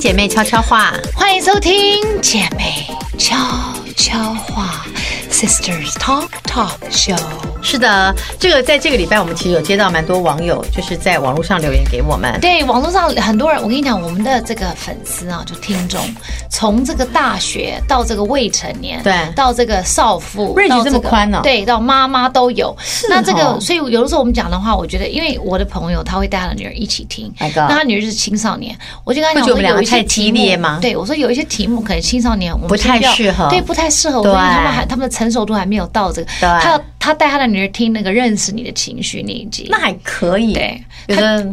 姐妹悄悄话，欢迎收听姐妹悄悄话，Sisters Talk Talk Show。是的，这个在这个礼拜我们其实有接到蛮多网友就是在网络上留言给我们，对，网络上很多人，我跟你讲，我们的这个粉丝啊，就听众，从这个大学到这个未成年，对到这个少妇 Range 到这么宽哦对，到妈妈都有。那这哦个，所以有的时候我们讲的话，我觉得，因为我的朋友他会带他的女儿一起听 My，God 那他女儿是青少年，我就跟他会觉得讲，我们说两个有一些太激烈题目吗对，我说有一些题目可能青少年我们不太先要适合对，不太适合，我说因对为他们还他们的成熟度还没有到这个，对他要他带他的女儿听那个认识你的情绪那一集，那还可以。对有的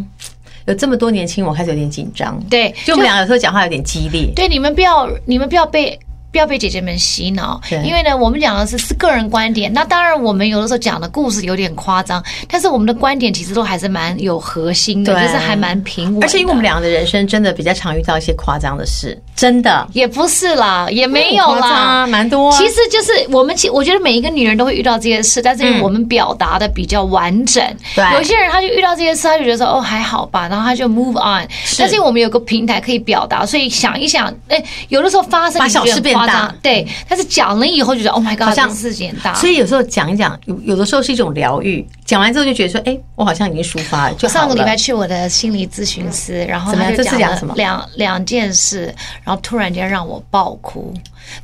有这么多年轻，我开始有点紧张。，对，就我们两个有时候讲话有点激烈。对，你们不要，你们不要被。不要被姐姐们洗脑对，因为呢，我们讲的是是个人观点。那当然，我们有的时候讲的故事有点夸张，但是我们的观点其实都还是蛮有核心的，对就是还蛮平稳的。而且因为我们两个的人生真的比较常遇到一些夸张的事，真的也不是啦，也没有夸张啊，啦。蛮多啊。其实就是我们，其我觉得每一个女人都会遇到这些事，但是因为嗯我们表达的比较完整。对有些人他就遇到这些事，他就觉得说哦还好吧，然后他就 move on。但是因为我们有个平台可以表达，所以想一想，哎，有的时候发生把你觉得小事变很夸张大嗯对。但是讲了以后就觉得 oh my god，好像这事情很大。所以有时候讲一讲，有有的时候是一种疗愈。讲完之后就觉得说，哎、我好像已经抒发了，就我上个礼好了拜去我的心理咨询师，然后怎么他样就这次讲讲了什么两两件事，然后突然间让我爆哭。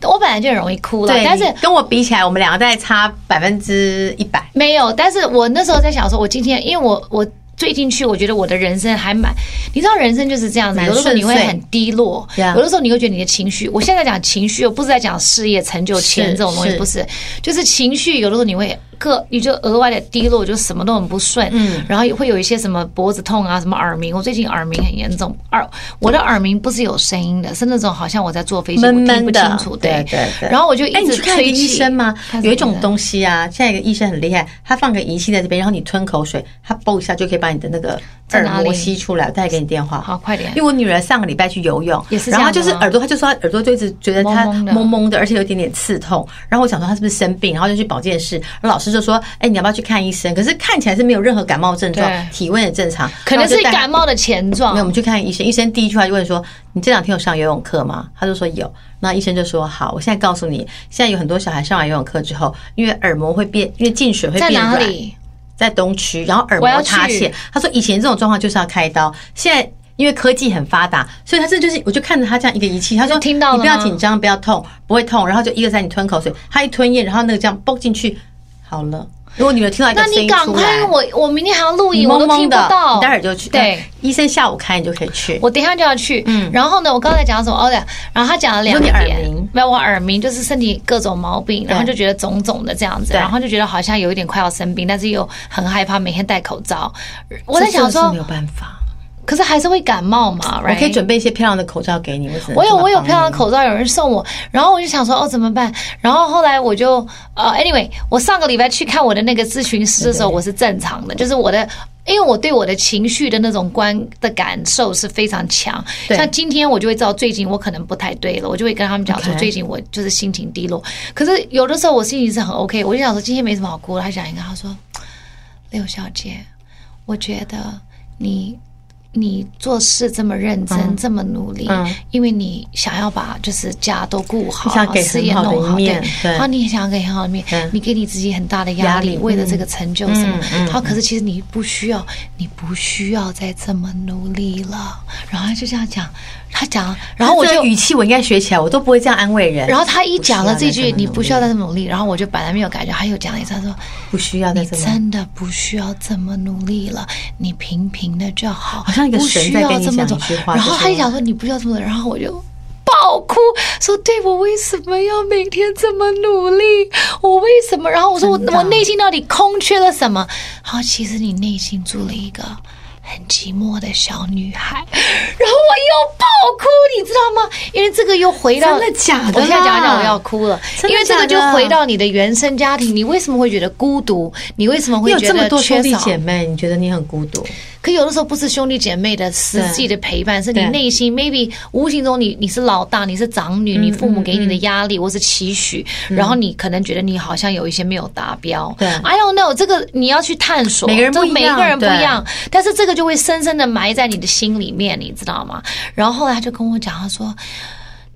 我本来就很容易哭了，对，但是跟我比起来，我们两个大概差百分之一百。没有，但是我那时候在想说，我今天因为我我最近去，我觉得我的人生还蛮，你知道人生就是这样子，蛮有的时候你会顺遂很低落 Yeah 有的时候你会觉得你的情绪，我现在讲情绪，我不是在讲事业成就是钱这种东西，是不是，就是情绪，有的时候你会。各你就额外的低落，就什么都很不顺，嗯然后也会有一些什么脖子痛啊，什么耳鸣。我最近耳鸣很严重，耳我的耳鸣不是有声音的，是那种好像我在坐飞机，闷我听闷不的清楚，对对对然后我就一哎、你直去看一个吹医气生吗看？什有一么种呢东西啊，现在一个医生很厉害，他放个仪器在这边，然后你吞口水，他啵一下就可以把你的那个在耳哪膜里吸出来。我再给你电话，好快点因为我女儿上个礼拜去游泳，也是这然后她样的就是吗耳朵，她就说她耳朵就一直觉得她懵懵的懵懵的，而且有一点点刺痛。然后我想说她是不是生病，然后就去保健室，然后老师就说：“哎，你要不要去看医生？”可是看起来是没有任何感冒症状对，体温也正常，可能然后是就带她感冒的前兆。没有，我们去看医生。医生第一句话就问说：“你这两天有上游泳课吗？”他就说有。那医生就说：“好，我现在告诉你，现在有很多小孩上完游泳课之后，因为耳膜会变，因为进水会在变哪软，里？在东区，然后耳膜我要去塌陷。”他说：“以前这种状况就是要开刀，现在。”因为科技很发达，所以他这就是，我就看着他这样一个仪器，他说：“就听到了你不要吗紧张，不要痛，不会痛。”然后就一个在你吞口水，他一吞咽，然后那个这样蹦进去，好了。如果你有听到一个那声你音赶出快来，，我我明天还要录你影，我懵都懵听不的，到。你待会儿就去。对，医生下午开，你就可以去。我等一下就要去。嗯，然后呢，我刚才讲什么？哦对，然后他讲了两你说你点耳鸣，没有我耳鸣就是身体各种毛病，然后就觉得肿肿的这样子，对然后就觉得好像有一点快要生病，但是又很害怕，每天戴口罩。我在想这真的是说没，有办法，可是还是会感冒嘛我可以 right？准备一些漂亮的口罩给你。我只能我有这么我有帮漂亮你的口罩，有人送我，然后我就想说哦怎么办？然后后来我就呃，anyway，我上个礼拜去看我的那个咨询师的时候，我是正常的，就是我的。因为我对我的情绪的那种观的感受是非常强，对像今天我就会知道最近我可能不太对了，我就会跟他们讲说 OK 最近我就是心情低落。可是有的时候我心情是很 OK，我就想说今天没什么好哭的。他讲一个，他说六小姐，我觉得你你做事这么认真，这么努力，嗯因为你想要把就是家都顾好，你想给事业很好的弄一面对对，然后你也想要给很好的一面，嗯你给你自己很大的压压力，力为了这个成就什么，嗯嗯然后可是其实你不需要，你不需要再这么努力了。然后他就这样讲，他讲，然后我这就个。语气啊我应该学起来，我都不会这样安慰人。然后他一讲了这句“你不需要再再这么努力”，然后我就本来没有感觉，他又讲了一次，他说：“不需要再你这么真的不需要这么努力了，你平平的就好，好像一个不神需在要跟你这么讲走一句。话然后就他就说想说你不需要这么，然后我就。爆哭，说对我为什么要每天这么努力？我为什么？然后我说我真的我内心到底空缺了什么？然后其实你内心住了一个很寂寞的小女孩，然后我又爆哭，你知道吗？因为这个又回到真的假的我现在讲啦讲我要哭了，真的因为这个就假的回到你的原生家庭，你为什么会觉得孤独？你为什么会你有觉这么得多兄缺弟少？姐妹，你觉得你很孤独？可有的时候不是兄弟姐妹的实际的陪伴，是你对内心 maybe 无形中你你是老大，你是长嗯女，你父母给你的压力或是期许，然后你可能觉得你好像有一些没有达标。对，I don't know，这个你要去探索，每个人不这一样每个人不一对样，但是这个就会深深的埋在你的心里面，你知道吗？然后后来他就跟我讲，他说。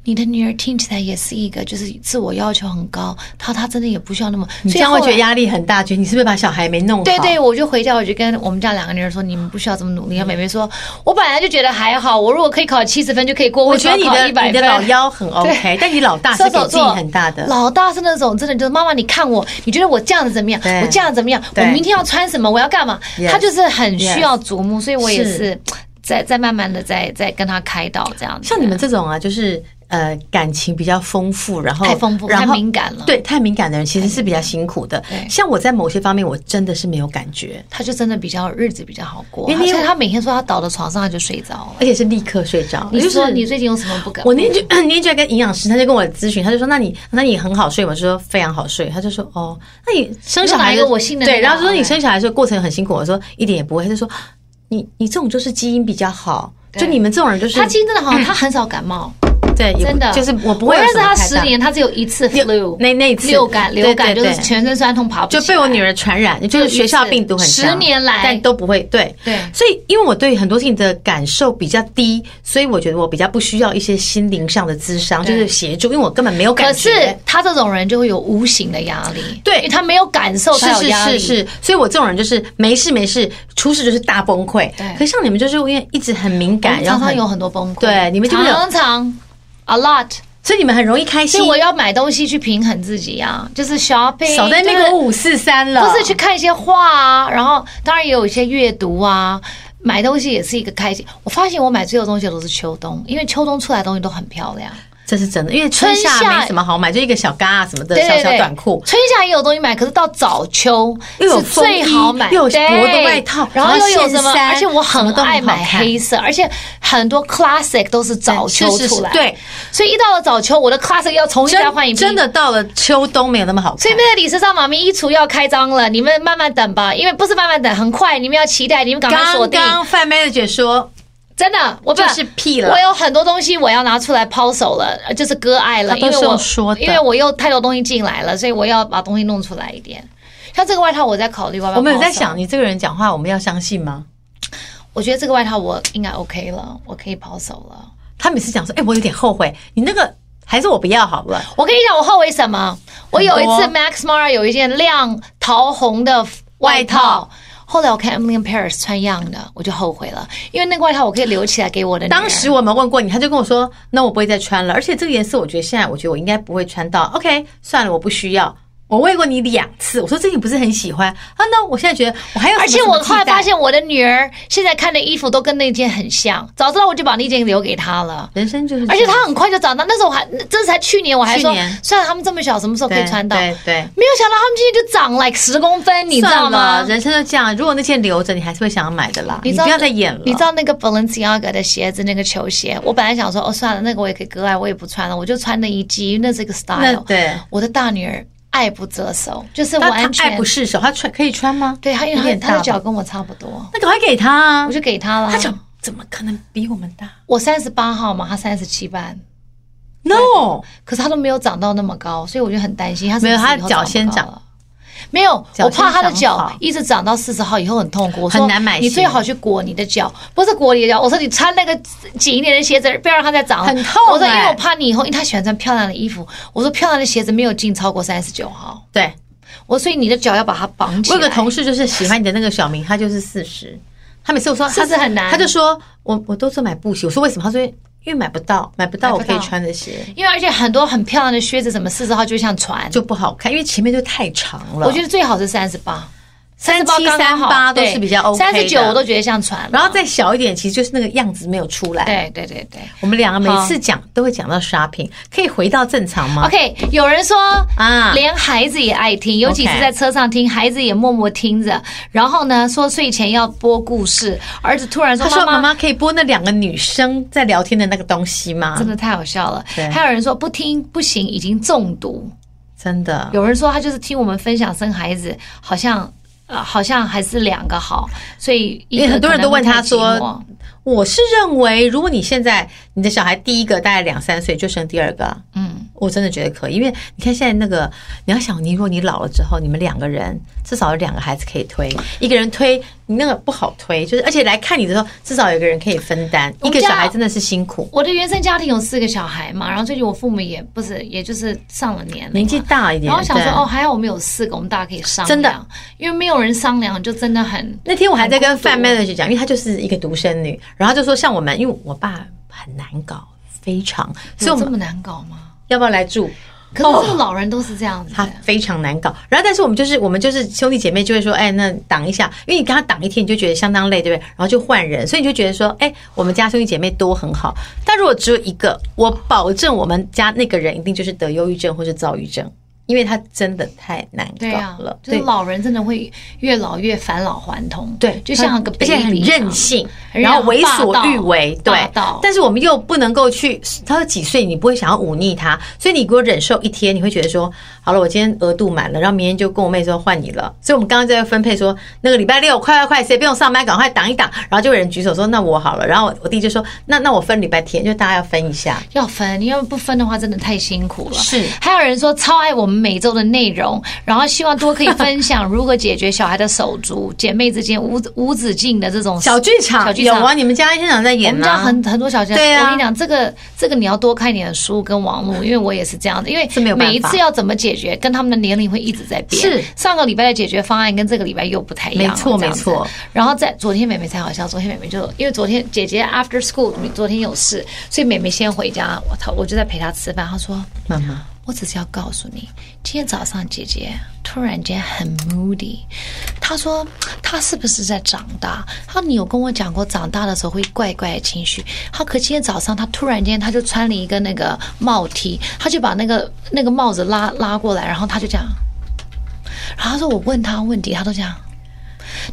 你的女儿听起来也是一个，就是自我要求很高。她她真的也不需要那么，你这样所会以后觉来得压力很大，觉得你是不是把小孩没弄好？对对，我就回家，我就跟我们家两个女儿说，你们不需要这么努力。嗯然后妹妹说，我本来就觉得还好，我如果可以考七十分就可以过，我为什觉么得要你考一的百你的老分？幺很 OK，但你老大是射给手自己座很大的。老大是那种真的就是妈妈，你看我，你觉得我这样子怎么样？对我这样怎么样？我对明天要穿什么？我要干嘛 Yes，？他就是很需要瞩目，所以我也是是在在慢慢的在在跟他开导这样子。像你们这种啊，就是呃感情比较丰富，然后太丰富然后太敏感了对，太敏感的人其实是比较辛苦的对。像我在某些方面，我真的是没有感觉，他就真的比较日子比较好过，因而为且他每天说他倒到床上他就睡着了。而且是立刻睡着。你就是说你最近有什么不敢？我那天就 那天就在跟营养师，他就跟我咨询，他就说：“那你那你很好睡吗？”我就说：“非常好睡。”他就说：“哦，那你生小孩的你说哪一个我信的那个对，然后说好哎你生小孩的时候过程很辛苦。”我说：“一点也不会。”他就说：“你你这种就是基因比较好，对就你们这种人就是他基因真的 好，他很少感冒。对，也不真的，就是我不会有认什识么他太十大年，他只有一次 flu，那那一次流感，流感对就对是全身酸痛爬不起就来，被我女儿传染，就是学校病毒很强，十年来但都不会对对所以因为我对很多事情的感受比较低，所以我觉得我比较不需要一些心灵上的咨商，就对是协助，因为我根本没有可感是觉。他这种人就会有无形的压力，对因为他没有感受，是他有是压力。是是，所以我这种人就是没事没事，出事就是大崩溃。对可是像你们就是因为一直很敏我感，们然常后常很有，很多崩溃，对你们就会有常常 a lot。所以你们很容易开所心以。我要买东西去平衡自己啊，就是 shopping，少在那就是边五四三了，不是去看一些画啊，然后当然也有一些阅读啊，买东西也是一个开心。我发现我买最多东西都是秋冬，因为秋冬出来的东西都很漂亮。这是真的，因为春夏春夏没什么好买，就一个小嘎啊什么的，对小对小对，短裤。春夏也有东西买，可是到早秋又有是最好买，风衣对又有薄的外套然后然后又有什么衬？衫而且我很爱买什么都很好看黑色，而且很多 classic 都是早秋是是是出来，对，所以一到了早秋，我的 classic 要重新再换一真真。批，的到了秋冬没有那么好看。所以那个李时尚妈咪衣橱要开张了，你们慢慢等吧，因为不是慢慢等，很快，你们要期待，你们赶快锁刚定。刚范 manager 说，真的，我不就是屁了我有很多东西我要拿出来抛手了，呃就是割爱他了，都因为是我用说的因为我又太多东西进来了，所以我要把东西弄出来一点。像这个外套，我在考虑要不要。我们有在想，，你这个人讲话，我们要相信吗？我觉得这个外套我应该 OK 了，我可以抛手了。他每次讲说，哎、我有点后悔，你那个还是我不要好了。我跟你讲，我后悔什么？我有一次很 Max Mara 有一件亮桃红的外外套套。后来我看 Emily in Paris 穿一样的，我就后悔了，因为那个外套我可以留起来给我的女儿。当时我们问过你，他就跟我说，那我不会再穿了。而且这个颜色，我觉得现在我觉得我应该不会穿到。OK，算了，我不需要。我问过你两次，我说这你不是很喜欢啊？那我现在觉得我 还有什么而且我什么替后来代发，现，我的女儿现在看的衣服都跟那件很像。早知道我就把那件留给她了。人生就是这而样，且她很快就长大，那时候我还这才去年，我还说去年，算了，他们这么小，什么时候可以穿到？对对。没有想到他们今天就长 like 十公分，你知道算了吗？人生就这样，如果那件留着，你还是会想要买的啦。你你知道不要再演了。你知道那个 Balenciaga 的鞋子，那个球鞋，我本来想说，哦，算了，那个我也可以割爱，我也不穿了，我就穿那一季，因为那是一个 style 那。对，我的大女儿爱不择手，就是那完他爱全不释手，他穿可以穿吗？对，她因有为点她她大的吧脚跟我差不多，那赶快给他啊我！就给她了。他脚怎么可能比我们大我三十八号嘛，她三十七半。 ？No，可是他都没有长到那么高，所以我就很担心他是不没是有以后他长不脚先高长了。没有，脚我怕先他的长脚好一直长到四十号以后很痛苦，我说很难买你鞋最好去裹你的脚，不是裹你的脚。我说你穿那个紧一点的鞋子，不要让它再长了。很痛我说因为哎我怕你以后，因为他喜欢穿漂亮的衣服。我说漂亮的鞋子没有进超过三十九号，对我说所以你的脚要把它绑起我来。有个同事就是喜欢你的那个小明，他就是四十。他每次我说40他很难他就说我我都是买布鞋。我说为什么？他说因为买不到，买不到买我不到可以穿的鞋因为而且很多很漂亮的靴子，什么四十号就像船。就不好看，因为前面就太长了。我觉得最好是三十八，三八七三八都是比较 OK 的三十九我都觉得像船了。然后再小一点，其实就是那个样子没有出来。对对对对。我们两个每好次讲都会讲到 shopping，可以回到正常吗 OK，有人说啊啊，连孩子也爱听，有几次 OK 在车上听，孩子也默默听着。然后呢，说睡前要播故事，儿子突然说他：“说：“妈妈妈。妈可以播那两个女生在聊天的那个东西吗？”真的太好笑了对，还有人说不听不行，已经中毒。真的，有人说他就是听我们分享生孩子，好像呃，好像还是两个好，所以一因为个很多人可能都问会他太寂说寞我是认为，如果你现在你的小孩第一个大概两三岁就生第二个，嗯，我真的觉得可以，因为你看现在那个，你要想，你如果你老了之后，你们两个人至少有两个孩子可以推，一个人推你那个不好推，就是而且来看你的时候，至少有一个人可以分担，我一们家个小孩真的是辛苦，我的原生家庭有四个小孩嘛，然后最近我父母也不是，也就是上了年龄嘛，年纪大一点，然后想说对哦，，还好我们有四个，我们大家可以商量，真的，因为没有人商量，就真的很那天我还在跟很范孤独 manager 讲，因为她就是一个独生女，然后她就说像我们，因为我爸很难搞，非常，所以有我这们么难搞吗？要不要来住？可是这个老人都是这样子他，非常难搞。然后，但是我们就是我们就是兄弟姐妹就会说，哎，那挡一下，因为你跟他挡一天，你就觉得相当累，对不对？然后就换人，所以你就觉得说，哎，我们家兄弟姐妹多很好。但如果只有一个，我保证我们家那个人一定就是得忧郁症或是躁郁症，因为他真的太难对啊搞了，，就是老人真的会越老越返老还童，对，就像个而且很 baby 一样任性，很然后任为霸所道欲为，对霸道。但是我们又不能够去，他几岁你不会想要忤逆他，所以你给我忍受一天，你会觉得说，好了，我今天额度满了，然后明天就跟我妹说换你了。所以我们刚刚在分配说，那个礼拜六快快快，谁不用上班，赶快挡一挡。然后就有人举手说，那我好了。然后我弟就说，那那我分礼拜天，就大家要分一下。要分，因为不分的话真的太辛苦了。是还有人说超爱我们每周的内容，然后希望多可以分享如何解决小孩的手足、姐妹之间无无止境的这种小剧场小剧有场啊，你们家现场在我演们吗？家很很多小剧场，对啊我跟你讲，这个这个你要多看一点的书跟网络，因为我也是这样的，因是没为有办法每一次要怎么解决，跟他们的年龄会一直在变。是上个礼拜的解决方案跟这个礼拜又不太一样没了，错这样子没错。然后在昨天妹妹才好笑，昨天妹妹就因为昨天姐姐 after school，昨天有事，所以妹妹先回家，我操，我就在陪她吃饭，她说。妈妈，我只是要告诉你，今天早上姐姐突然间很 moody，她说她是不是在长大？她说你有跟我讲过，长大的时候会怪怪的情绪。她可今天早上她突然间她就穿了一个那个帽 T，她就把那个那个帽子拉拉过来，然后她就这样。然后她说我问她问题，她都这样。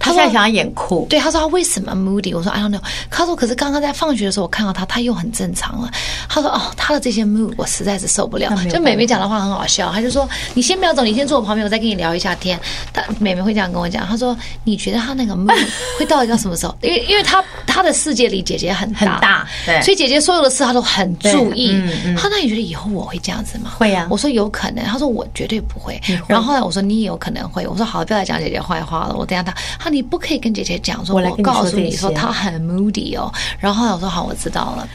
他她现说在想要演哭，对，他说他为什么 moody？我说 I don't know。他说可是刚刚在放学的时候我看到他，他又很正常了。他说哦，他的这些 mood 我实在是受不了没有。就美美讲的话很好笑，他就说你先不要走，你先坐我旁边，我再跟你聊一下天。他美美会这样跟我讲，他说你觉得他那个 mood 会到一个什么时候？因为因为他他的世界里姐姐很很大对所以姐姐所有的事他都很注意。对嗯嗯他那你觉得以后我会这样子吗？会啊我说有可能，他说我绝对不会。然后后来我说你也有可能会，我说好，不要再讲姐姐坏话了。我等一下他，他你不可以跟姐姐讲说。我来我跟你告说诉这你些说他很 moody 哦，然后后来我说好，我知道了。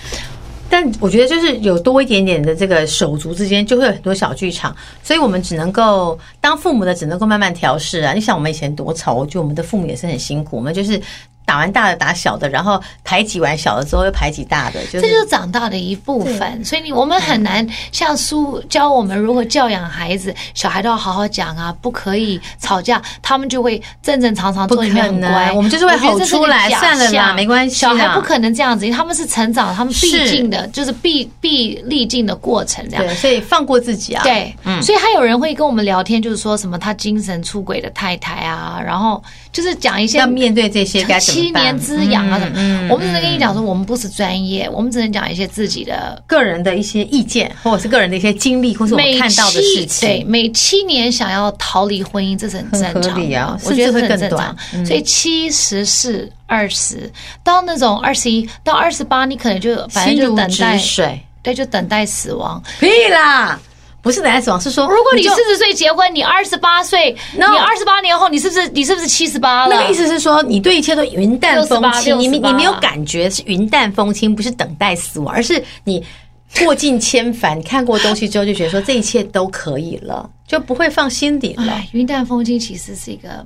但我觉得就是有多一点点的这个手足之间，就会有很多小剧场，所以我们只能够当父母的，只能够慢慢调试啊。你想我们以前多吵，我觉得我们的父母也是很辛苦，我们就是打完大的打小的，然后排挤完小的之后又排挤大的，就这就是是嗯长大的一部分，所以你我们很难像书教我们如何教养孩子，小孩都要好好讲啊，不可以吵架，他们就会正正常常不做里面可很能乖。我们就是会我觉得吼这是出个来假算了啦象没关系小孩啦不可能这样子，他们是成长，他们必是经的，就是必必历尽的过程，这样。对，所以放过自己啊。对，所以还有人会跟我们聊天，就是说什么他精神出轨的太太啊，然后就是讲一些要面对这些该怎七么办？年之痒啊什么。嗯嗯我们只能跟你讲说，我们不是专业，我们只能讲一些自己的。个人的一些意见，或者是个人的一些经历，或是我们每看七到的事对情，每七年想要逃离婚姻，这是很正很合常理的，啊我觉得甚至会这很更正短嗯常。所以七十是二十，到那种二十一到二十八，你可能就反正心就如等止待，水。对，就等待死亡。屁啦，不是男死亡，是说如果你就四十岁结婚，你二十八岁，你 No 二十八年后，你是不是你是不是七十八了？那个意思是说，你对一切都云淡风轻， 68你没68你没有感觉是云淡风轻，不是等待死亡，而是你过尽千帆，你看过东西之后就觉得说这一切都可以了，就不会放心底了。哎，云淡风轻其实是一个，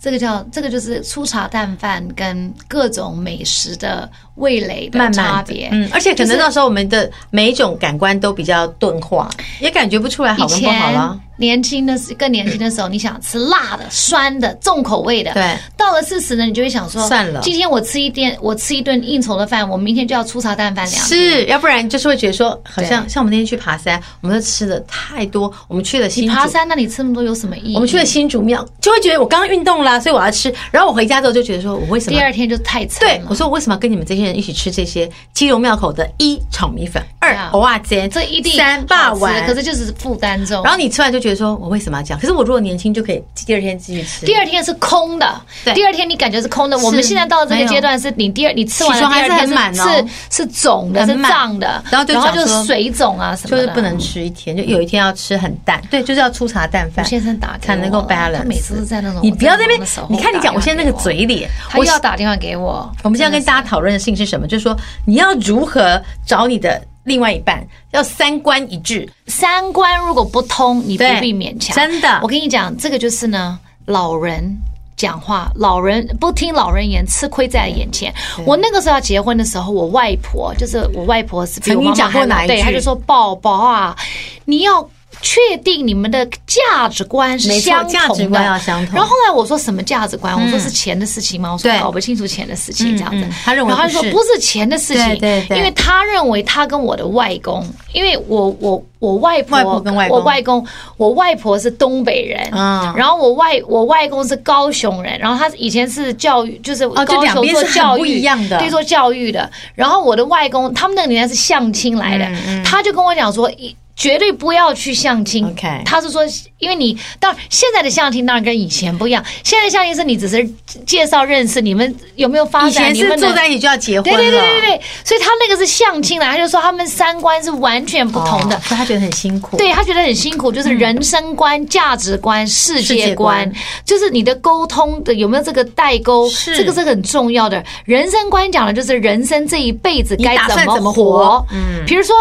这个叫这个就是粗茶淡饭跟各种美食的味蕾的慢差慢地别。嗯，而且可能到时候我们的每一种感官都比较钝化，也感觉不出来好以跟不好了前。年轻的时更年轻的时候，你想吃辣的、酸的、重口味的，对。到了四十呢，你就会想说，算了今天我吃一顿我吃一顿应酬的饭，我明天就要粗茶淡饭两天。是，要不然就是会觉得说，好像对像我们那天去爬山，我们都吃的太多，我们去了新你竹爬山，那你吃那么多有什么意义？我们去了新竹庙，就会觉得我刚刚运动啦，所以我要吃。然后我回家之后就觉得说，我为什么第二天就太惨对了。，我说我为什么要跟你们这些人一起吃这些鸡笼庙口的一炒米粉，二啊蚵仔煎，这一定三霸好吃丸，可是就是负担重。然后你吃完就觉得得说我为什么要这样？可是我如果年轻就可以第二天继续吃，第二天是空的对，第二天你感觉是空的。我们现在到了这没个有阶段，是你第二你吃完起了床第还二是天很满哦是是肿的，很是满胀的，然后就想就说水肿啊什就么的，是不能吃一天，就有一天要吃很淡，对，就是要粗茶淡我饭。先生打给才能够我了 balance 他每次都在那种你不要我在在那忙边的时候，你看你讲，我现在那个打电话给嘴脸，我，我他要打电话给我。我们现在跟大家讨论的事情是什么？就是说你要如何找你的另外一半，要三观一致。三观如果不通，你不对必勉强。真的我跟你讲，这个就是呢，老人。讲话，老人不听老人言，吃亏在眼前。我那个时候要结婚的时候，我外婆就是我外婆是比曾我经妈妈讲过还哪老，一对，句她就说：“宝宝啊，你要确定你们的价值观是没错相同的，价值观要相同嗯然后后来我说什么价值观？我说是钱的事情吗？我说对搞不清楚钱的事情，这样子嗯嗯。他认为然后他就不说是不是钱的事情，对对对因为他认为他跟我的外公，因为我我我外婆外婆跟外公我外公，我外婆是东北人，嗯然后我外我外公是高雄人，然后他以前是教育，就是哦就高两雄边做是很教育不一样的对，做教育的。然后我的外公他们那个年代是相亲来嗯的，他就跟我讲说。一绝对不要去相亲。 OK 他是说，因为你当然现在的相亲当然跟以前不一样，现在的相亲是你只是介绍认识，你们有没有发以展？前你是们坐能在一起就要结婚对了，哦对对对对，所以他那个是相亲来，他就说他们三观是完全不同的。哦所以他觉得很辛苦。对他觉得很辛苦，就是人生观、价值观、世界观，世界就是你的沟通的有没有这个代沟，是这个是很重要的。人生观讲的就是人生这一辈子该你打算怎么怎么活活，嗯比如说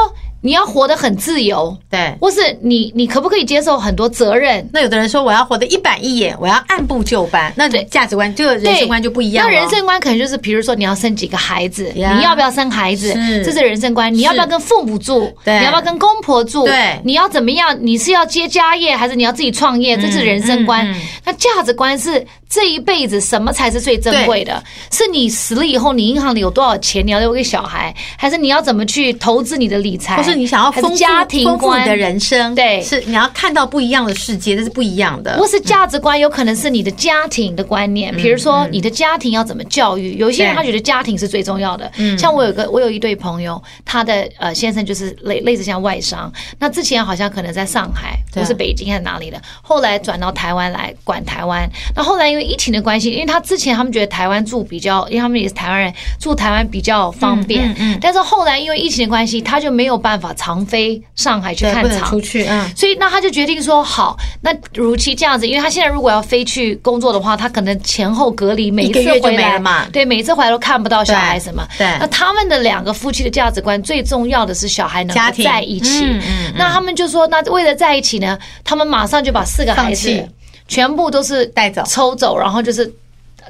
你要活得很自由，对或是你你可不可以接受很多责任，那有的人说我要活得一板一眼，我要按部就班，那对价值观这个人生观就不一样了。那人生观可能就是，比如说你要生几个孩子 Yeah 你要不要生孩子，是这是人生观。你要不要跟父母住？对你要不要跟公婆住？对你要怎么样？你是要接家业还是你要自己创业？嗯这是人生观。那价值观是这一辈子什么才是最珍贵的？是你死了以后，你银行里有多少钱你要留给小孩，还是你要怎么去投资你的理财？哎或是你想要还丰富是家庭丰富观你的人生，对是你要看到不一样的世界，这是不一样的嗯不。是价值观，有可能是你的家庭的观念，比如说你的家庭要怎么教育。有一些人对嗯他觉得家庭是最重要的，像我有个我有一对朋友，他的呃先生就是类类似像外商，那之前好像可能在上海对不是北京还是哪里的，后来转到台湾来管台湾。那后来因为疫情的关系，因为他之前他们觉得台湾住比较，因为他们也是台湾人，住台湾比较方便，嗯但是后来因为疫情的关系，他就没有办法常飞上海去对，看不能厂出。去，嗯，所以那他就决定说好，那如期这样子，因为他现在如果要飞去工作的话，他可能前后隔离，每一次一个月就回没来了嘛对，每一次回来都看不到小孩什么。对对那他们的两个夫妻的价值观最重要的是小孩能家够庭在一起。嗯嗯那他们就说，那为了在一起呢，他们马上就把四个放孩子弃全部都是带走抽走，然后就是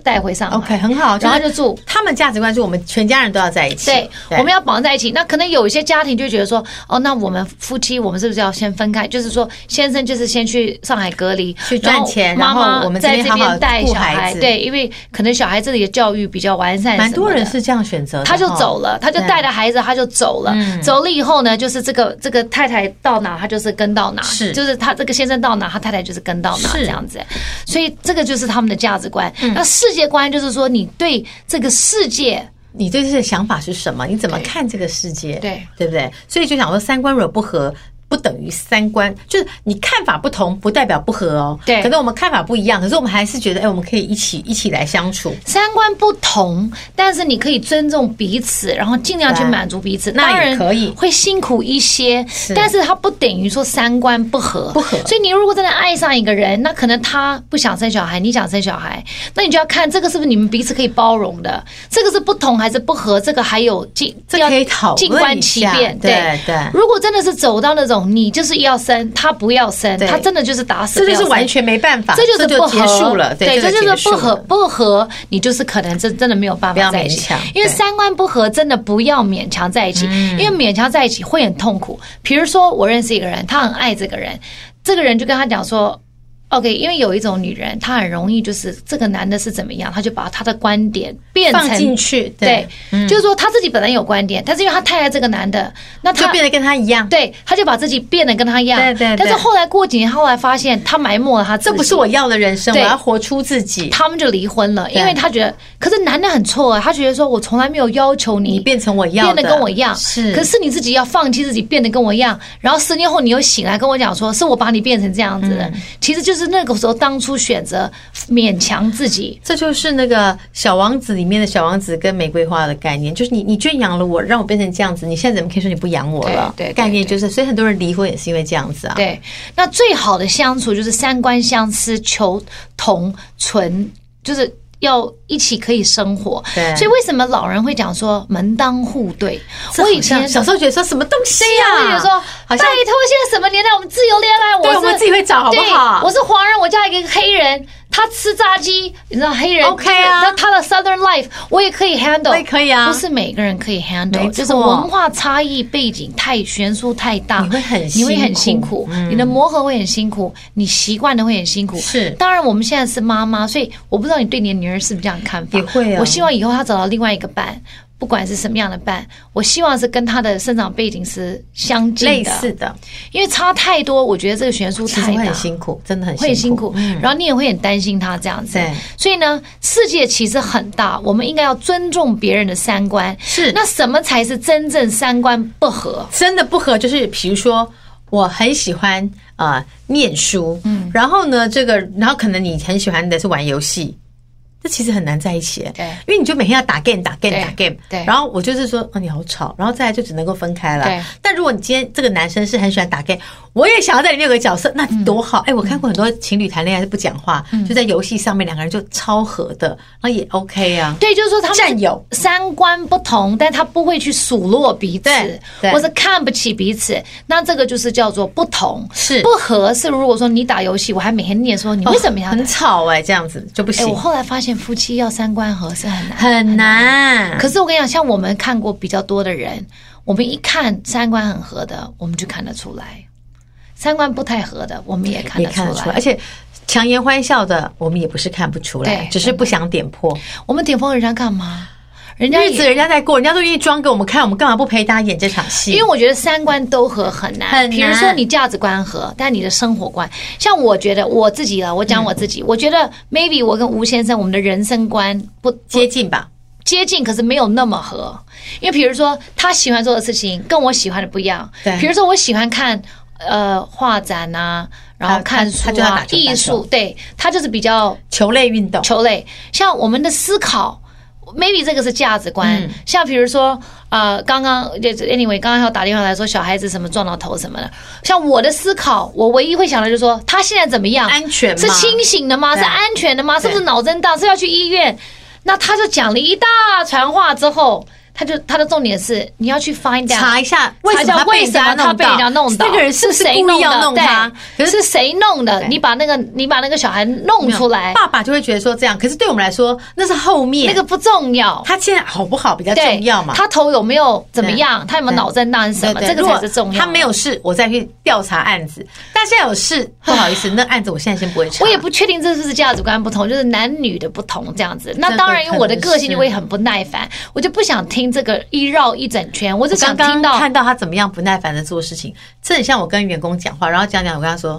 带回上海。 OK，很好，嗯然后就是住他们价值观是我们全家人都要在一起，对，我们要要绑在一起。那可能有一些家庭就觉得说，哦，那我们夫妻我们是不是要先分开？就是说，先生就是先去上海隔离，去赚钱然后然妈后妈我们这在边这好好边带顾小孩孩。子对，因为可能小孩这里的教育比较完善什么的，蛮多人是这样选择的，他就哈走了，他就对嗯带着孩子，他就走了。走了以后呢，就是这个这个太太到哪，他就是跟到哪，是就是他这个先生到哪，他太太就是跟到哪是嗯这样子。所以这个就是他们的价值观。那世界观就是说，你对这个世界。你对这些想法是什么？你怎么对看这个世界？对，对不对？所以就想说，三观如果不合，不等于三观，就是你看法不同，不代表不合哦。对可能我们看法不一样，可是我们还是觉得，哎，我们可以一起一起来相处。三观不同，但是你可以尊重彼此，然后尽量去对满足彼此。那当也然可以会辛苦一些，但是它不等于说三观不合。不合所以你如果真的爱上一个人，那可能他不想生小孩，你想生小孩，那你就要看这个是不是你们彼此可以包容的，这个是不同还是不合，这个还有静这要可以讨论静观其一下变。对对如果真的是走到那种你就是要生，他不要生，对他真的就是打死这不就要生，是完全没办法，这就是不就合结束了。对，这这就就是不合合。不合，你就是可能真真的没有办不要法在一起勉强，因为对嗯三观不合，真的不要勉强在一起，因为勉强在一起会很痛苦。比如说，我认识一个人，他很爱这个人，这个人就跟他讲说。 OK，因为有一种女人，她很容易就是这个男的是怎么样，她就把她的观点变放进成。去，嗯对，就是说她自己本来有观点，但是因为她太爱这个男的，那就她变得跟他一样。对，她就把自己变得跟他一样。对对对但是后来过几年，她后来发现她埋没了她自己，这不是我要的人生，我对要活出自己，他们就离婚了，因对为她觉得，可是男的很错啊，他觉得说我从来没有要求你你变成我要变的，得跟我一样，是，可是你自己要放弃自己变得跟我一样，然后十年后你又醒来跟我讲说，是我把你变成这样子的，嗯其实就是那个时候当初选择勉强自己。这就是那个《小王子》里面的小王子跟玫瑰花的概念，就是你你圈养了我，让我变成这样子，你现在怎么可以说你不养我了？对对对概念就是，所以很多人离婚也是因为这样子啊。对，那最好的相处就是三观相似、求同存，就是。要一起可以生活，对所以为什么老人会讲说门当户对？这我好以像前小时候觉得说什么东西我呀、也说，好啊拜托，像现在什么年代，我们自由恋爱，对我是们自己会找好不对，好？我是华人，我嫁一个黑人，他吃炸鸡，你知道黑人 OK 啊就是他他的 Southern life 我也可以 handle，我也可以啊不是每个人可以没 handle，错就是文化差异背景太悬殊太大，你会很你会很辛辛苦嗯苦，你的磨合会很辛苦，你习惯的会很辛苦。是当然我们现在是妈妈，所以我不知道你对你的女儿是不是这样看法。也会啊我希望以后她找到另外一个伴。不管是什么样的伴，我希望是跟她的生长背景是相近的，类似的，因为差太多，我觉得这个悬殊其实太会大很。辛苦，真的很会很辛苦，嗯然后你也会很担心他这样子对。所以呢，世界其实很大，我们应该要尊重别人的三观。是那什么才是真正三观不合？真的不合，就是比如说，我很喜欢呃念书，嗯，然后呢，这个，然后可能你很喜欢的是玩游戏，这其实很难在一起，对因为你就每天要打 game 打 game 对打 game，对然后我就是说，啊，你好吵，然后再来就只能够分开了。对但如果你今天这个男生是很喜欢打 game，我也想要在里面有个角色，那嗯多好！哎、我看过很多情侣谈恋爱是不讲话，就在游戏上面两个人就超合的，那也 OK 啊。对，就是说他们战友三观不同，但他不会去数落彼此对，对或是看不起彼此。那这个就是叫做不同，是不合。是如果说你打游戏，我还每天念说你为什么要打？很吵哎、这样子就不哎，行，我后来发现夫妻要三观合是很难。很难。 可是我跟你讲，像我们看过比较多的人，我们一看三观很合的，我们就看得出来；三观不太合的，我们也看也得出看来。得出来，而且强颜欢笑的，我们也不是看不出来对，只是不想点破。我们顶风人家干嘛？人家日子也人家在过，人家都愿意装给我们看，我们干嘛不陪大家演这场戏？因为我觉得三观都合很难，很难比如说你价值观合，但你的生活观，像我觉得我自己了，我讲我自己，我觉得 maybe 我跟吴先生我们的人生观不接近吧，接近，可是没有那么合。因为比如说他喜欢做的事情跟我喜欢的不一样对，比如说我喜欢看呃画展啊，然后他看书他就要打啊，球艺打术，对他就是比较球类运动。球类。像我们的思考，maybe 这个是价值嗯观。像比如说，呃，刚刚就是 anyway，刚刚要打电话来说小孩子什么撞到头什么的。像我的思考，我唯一会想的就是说，他现在怎么样？安全吗是清醒的吗？对是安全的吗？是对不是脑震荡？是要去医院？那他就讲了一大串话之后。他就他的重点是你要去 find out 查一下为什么他被为人什家么他弄被人家到弄到？这个人是不是谁故意要的弄他对可是是谁弄的对？你把那个你把那个小孩弄出来，爸爸就会觉得说这样，可是对我们来说，那是后面那个不重要，他现在好不好比较对重要嘛。他头有没有怎么样？对他有没有脑震荡是什么？对对这个如才果是重要。他没，有事，我再去调查案子。但现在有事，不好意 思，那案子我现在先不会查。我也不确定这是不是价值观不同，就是男女的不同这样子。那当然，因为我的个性就会很不耐烦，我就不想听这个一绕一整圈，我只想刚听刚到看到他怎么样不耐烦的做事情，这很像我跟员工讲话，然后讲讲，我跟他说，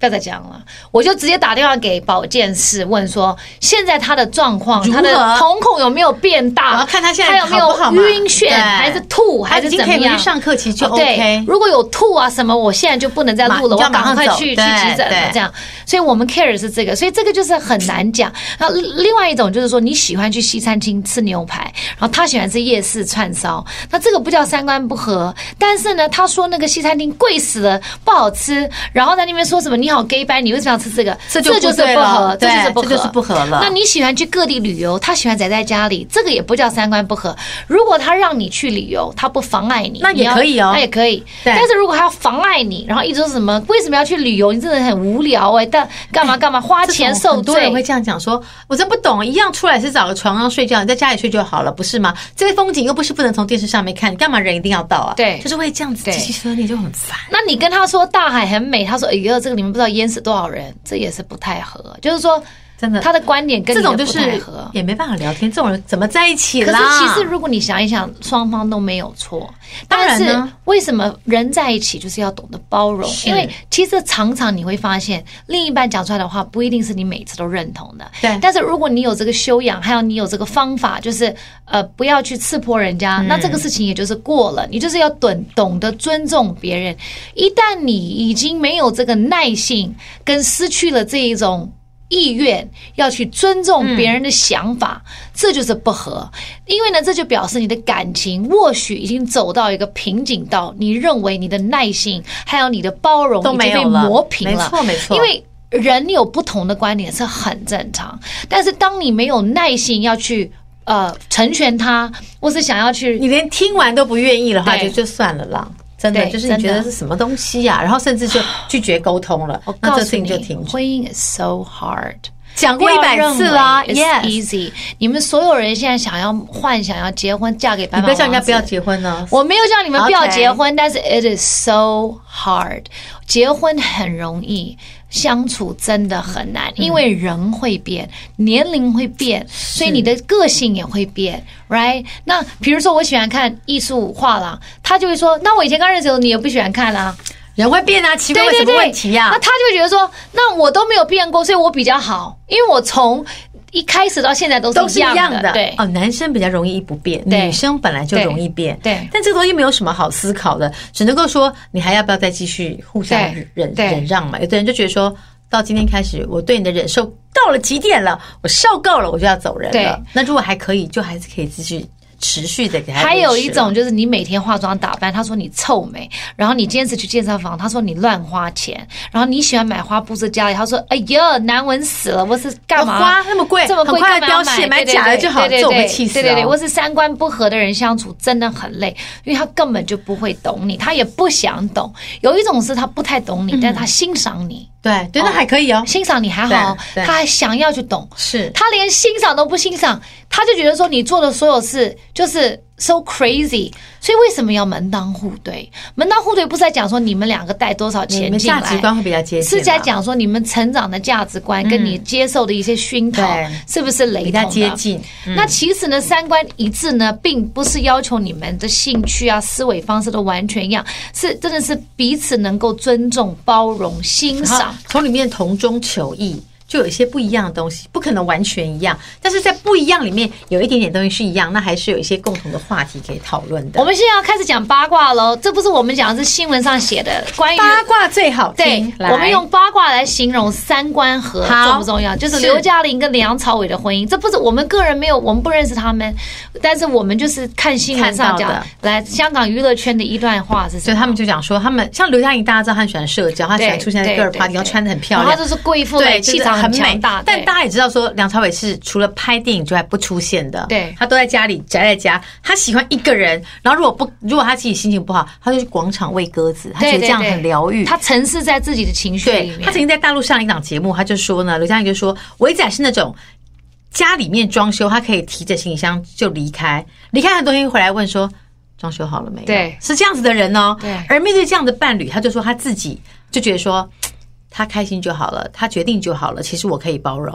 不要再讲了，我就直接打电话给保健室问说，现在他的状况，如何他的瞳孔有没有变大？我要看他现在有没好不好有嘛晕眩，对还是吐，他还哎已是经怎可么以回去样？上课，其实就哦对 OK，。如果有吐啊什么，我现在就不能再录马你了，我就要赶快马上去去走对急诊了对这样。所以我们 care 的是这个，所以这个就是很难讲。然后另外一种就是说，你喜欢去西餐厅吃牛排，然后他喜欢吃夜市串烧，那这个不叫三观不合。但是呢，他说那个西餐厅贵死了，不好吃，然后在那边说什么你好 gay 掰，你为什么要吃这个？这就就不是对不了合，这对就是不合，这就是不合了那你喜欢去各地旅游，他喜欢宅在家里，这个也不叫三观不合。如果他让你去旅游，他不妨碍你，那也你要可以哦那也可以。对但是如果他要妨碍你，然后一直说什么为什么要去旅游，你真的很无聊哎、但干嘛干嘛花这种钱受很多人会罪。这样讲说，我真不懂，一样出来是找个床上睡觉，你在家里睡就好了，不是吗？这些风景又不是不能从电视上面看，你干嘛人一定要到啊？对就是会这样子对极其分裂就很烦。那你跟他说大海很美，他说哎呦这个你们不道淹死多少人，这也是不太合。就是说，真的他的观点跟这你的种就不太是合。也没办法聊天，这种人怎么在一起可是啦？其实如果你想一想，双方都没有错。当然但呢是为什么人在一起就是要懂得包容？是因为其实常常你会发现，另一半讲出来的话不一定是你每次都认同的。对但是如果你有这个修养，还有你有这个方法，就是呃不要去刺破人嗯家，那这个事情也就是过了。你就是要懂懂得尊重别人。一旦你已经没有这个耐性，跟失去了这一种。意愿要去尊重别人的想法，这就是不合。因为呢，这就表示你的感情或许已经走到一个瓶颈到你认为你的耐性还有你的包容都没已经有被了，磨平了没。错没错，因为人有不同的观点是很正常，但是当你没有耐心要去呃成全他，或是想要去你连听完都不愿意的话，就对就算了啦。真的，对就是你觉真得的是什么东西呀、然后甚至 就拒绝沟通了我，那告这事诉情你就停，止。婚姻 is so hard。讲过一百次啦不要认为，yes， it's easy。你们所有人现在想要幻想要结婚，嫁给白你马不要叫人家王子不要结婚哦呢、我没有叫你们不要结婚但是 it is so hard。结婚很容易，相处真的很难，嗯因为人会变，年龄会变，所以你的个性也会变，right？那比如说，我喜欢看艺术画廊，他就会说，那我以前刚认识的时候，你也不喜欢看啊，人会变啊，奇怪，对有什对么对，问题啊呀、那他就会觉得说，那我都没有变过，所以我比较好，因为我从一开始到现在都都是是一一样样的，的，对。哦，男生比较容易不变，对女生本来就容易变，对对但这个东西没有什么好思考的，只能够说你还要不要再继续互相对忍对忍让嘛？有的人就觉得说到今天开始，我对你的忍受到了极点了，我受够了，我就要走人了对。那如果还可以，就还是可以继续持续的给他。还有一种。就是你每天化妆打扮，他说你臭美；然后你坚持去健身房，他说你乱花钱；然后你喜欢买花布置家里，他说哎呀难闻死了，我是干嘛花那么贵这么贵很快干嘛要凋谢买买假的就好对对这种对会气死对对对，哦我是三观不合的人相处真的很累，因为他根本就不会懂你，他也不想懂。有一种是他不太懂你，嗯但他欣赏你，对对，那还可以哦。欣赏你还好，对对他还想要去懂。是，他连欣赏都不欣赏，他就觉得说你做的所有事就是 so crazy，所以为什么要门当户对？门当户对不是在讲说你们两个带多少你钱们进价值来。观会比较接近啊是啦，在讲说你们成长的价值观跟你接受的一些熏陶对是不是雷比同较的？接近。嗯那其实呢，三观一致呢，并不是要求你们的兴趣啊、思维方式都完全一样，是真的是彼此能够尊重、包容、欣然后赏。从里面同中求异，就有一些不一样的东西，不可能完全一样，但是在不一样里面有一点点东西是一样，那还是有一些共同的话题可以讨论我的。们现在要开始讲八卦喽，这不是我们讲的，是新闻上写的关于八卦最好对听，，来我们用八卦来形容三观合好重不重要？就是是刘嘉玲跟梁朝伟的婚姻，这不是我们个人没有，我们不认识他们，但是我们就是看新闻上看到讲的，来香港娱乐圈的一段话是什所以么？他们就讲说，他们像刘嘉玲，大家知道她很喜欢社交，她喜对欢出现在对各儿对 party，然后对穿的很漂然亮后，就是贵妇对，美，就是气场很强大，但对大家也知道说，梁朝伟是除了拍电影之外不出现的，对他都在家里宅在家，他喜欢一个人。然后如果不，如果他自己心情不好，他就去广场喂鸽子，他觉对得对这样对很疗愈。他沉浸在自己的情绪里对面。他曾经在大陆上一档节目，他就说呢，刘嘉玲就说，我一直还是那种家里面装修，他可以提着行李箱就离开，离开很多天回来问说装修好了没有？啊对是这样子的人哦。对而面对这样的伴侣，他就说他自己就觉得说。他开心就好了，他决定就好了。其实我可以包容，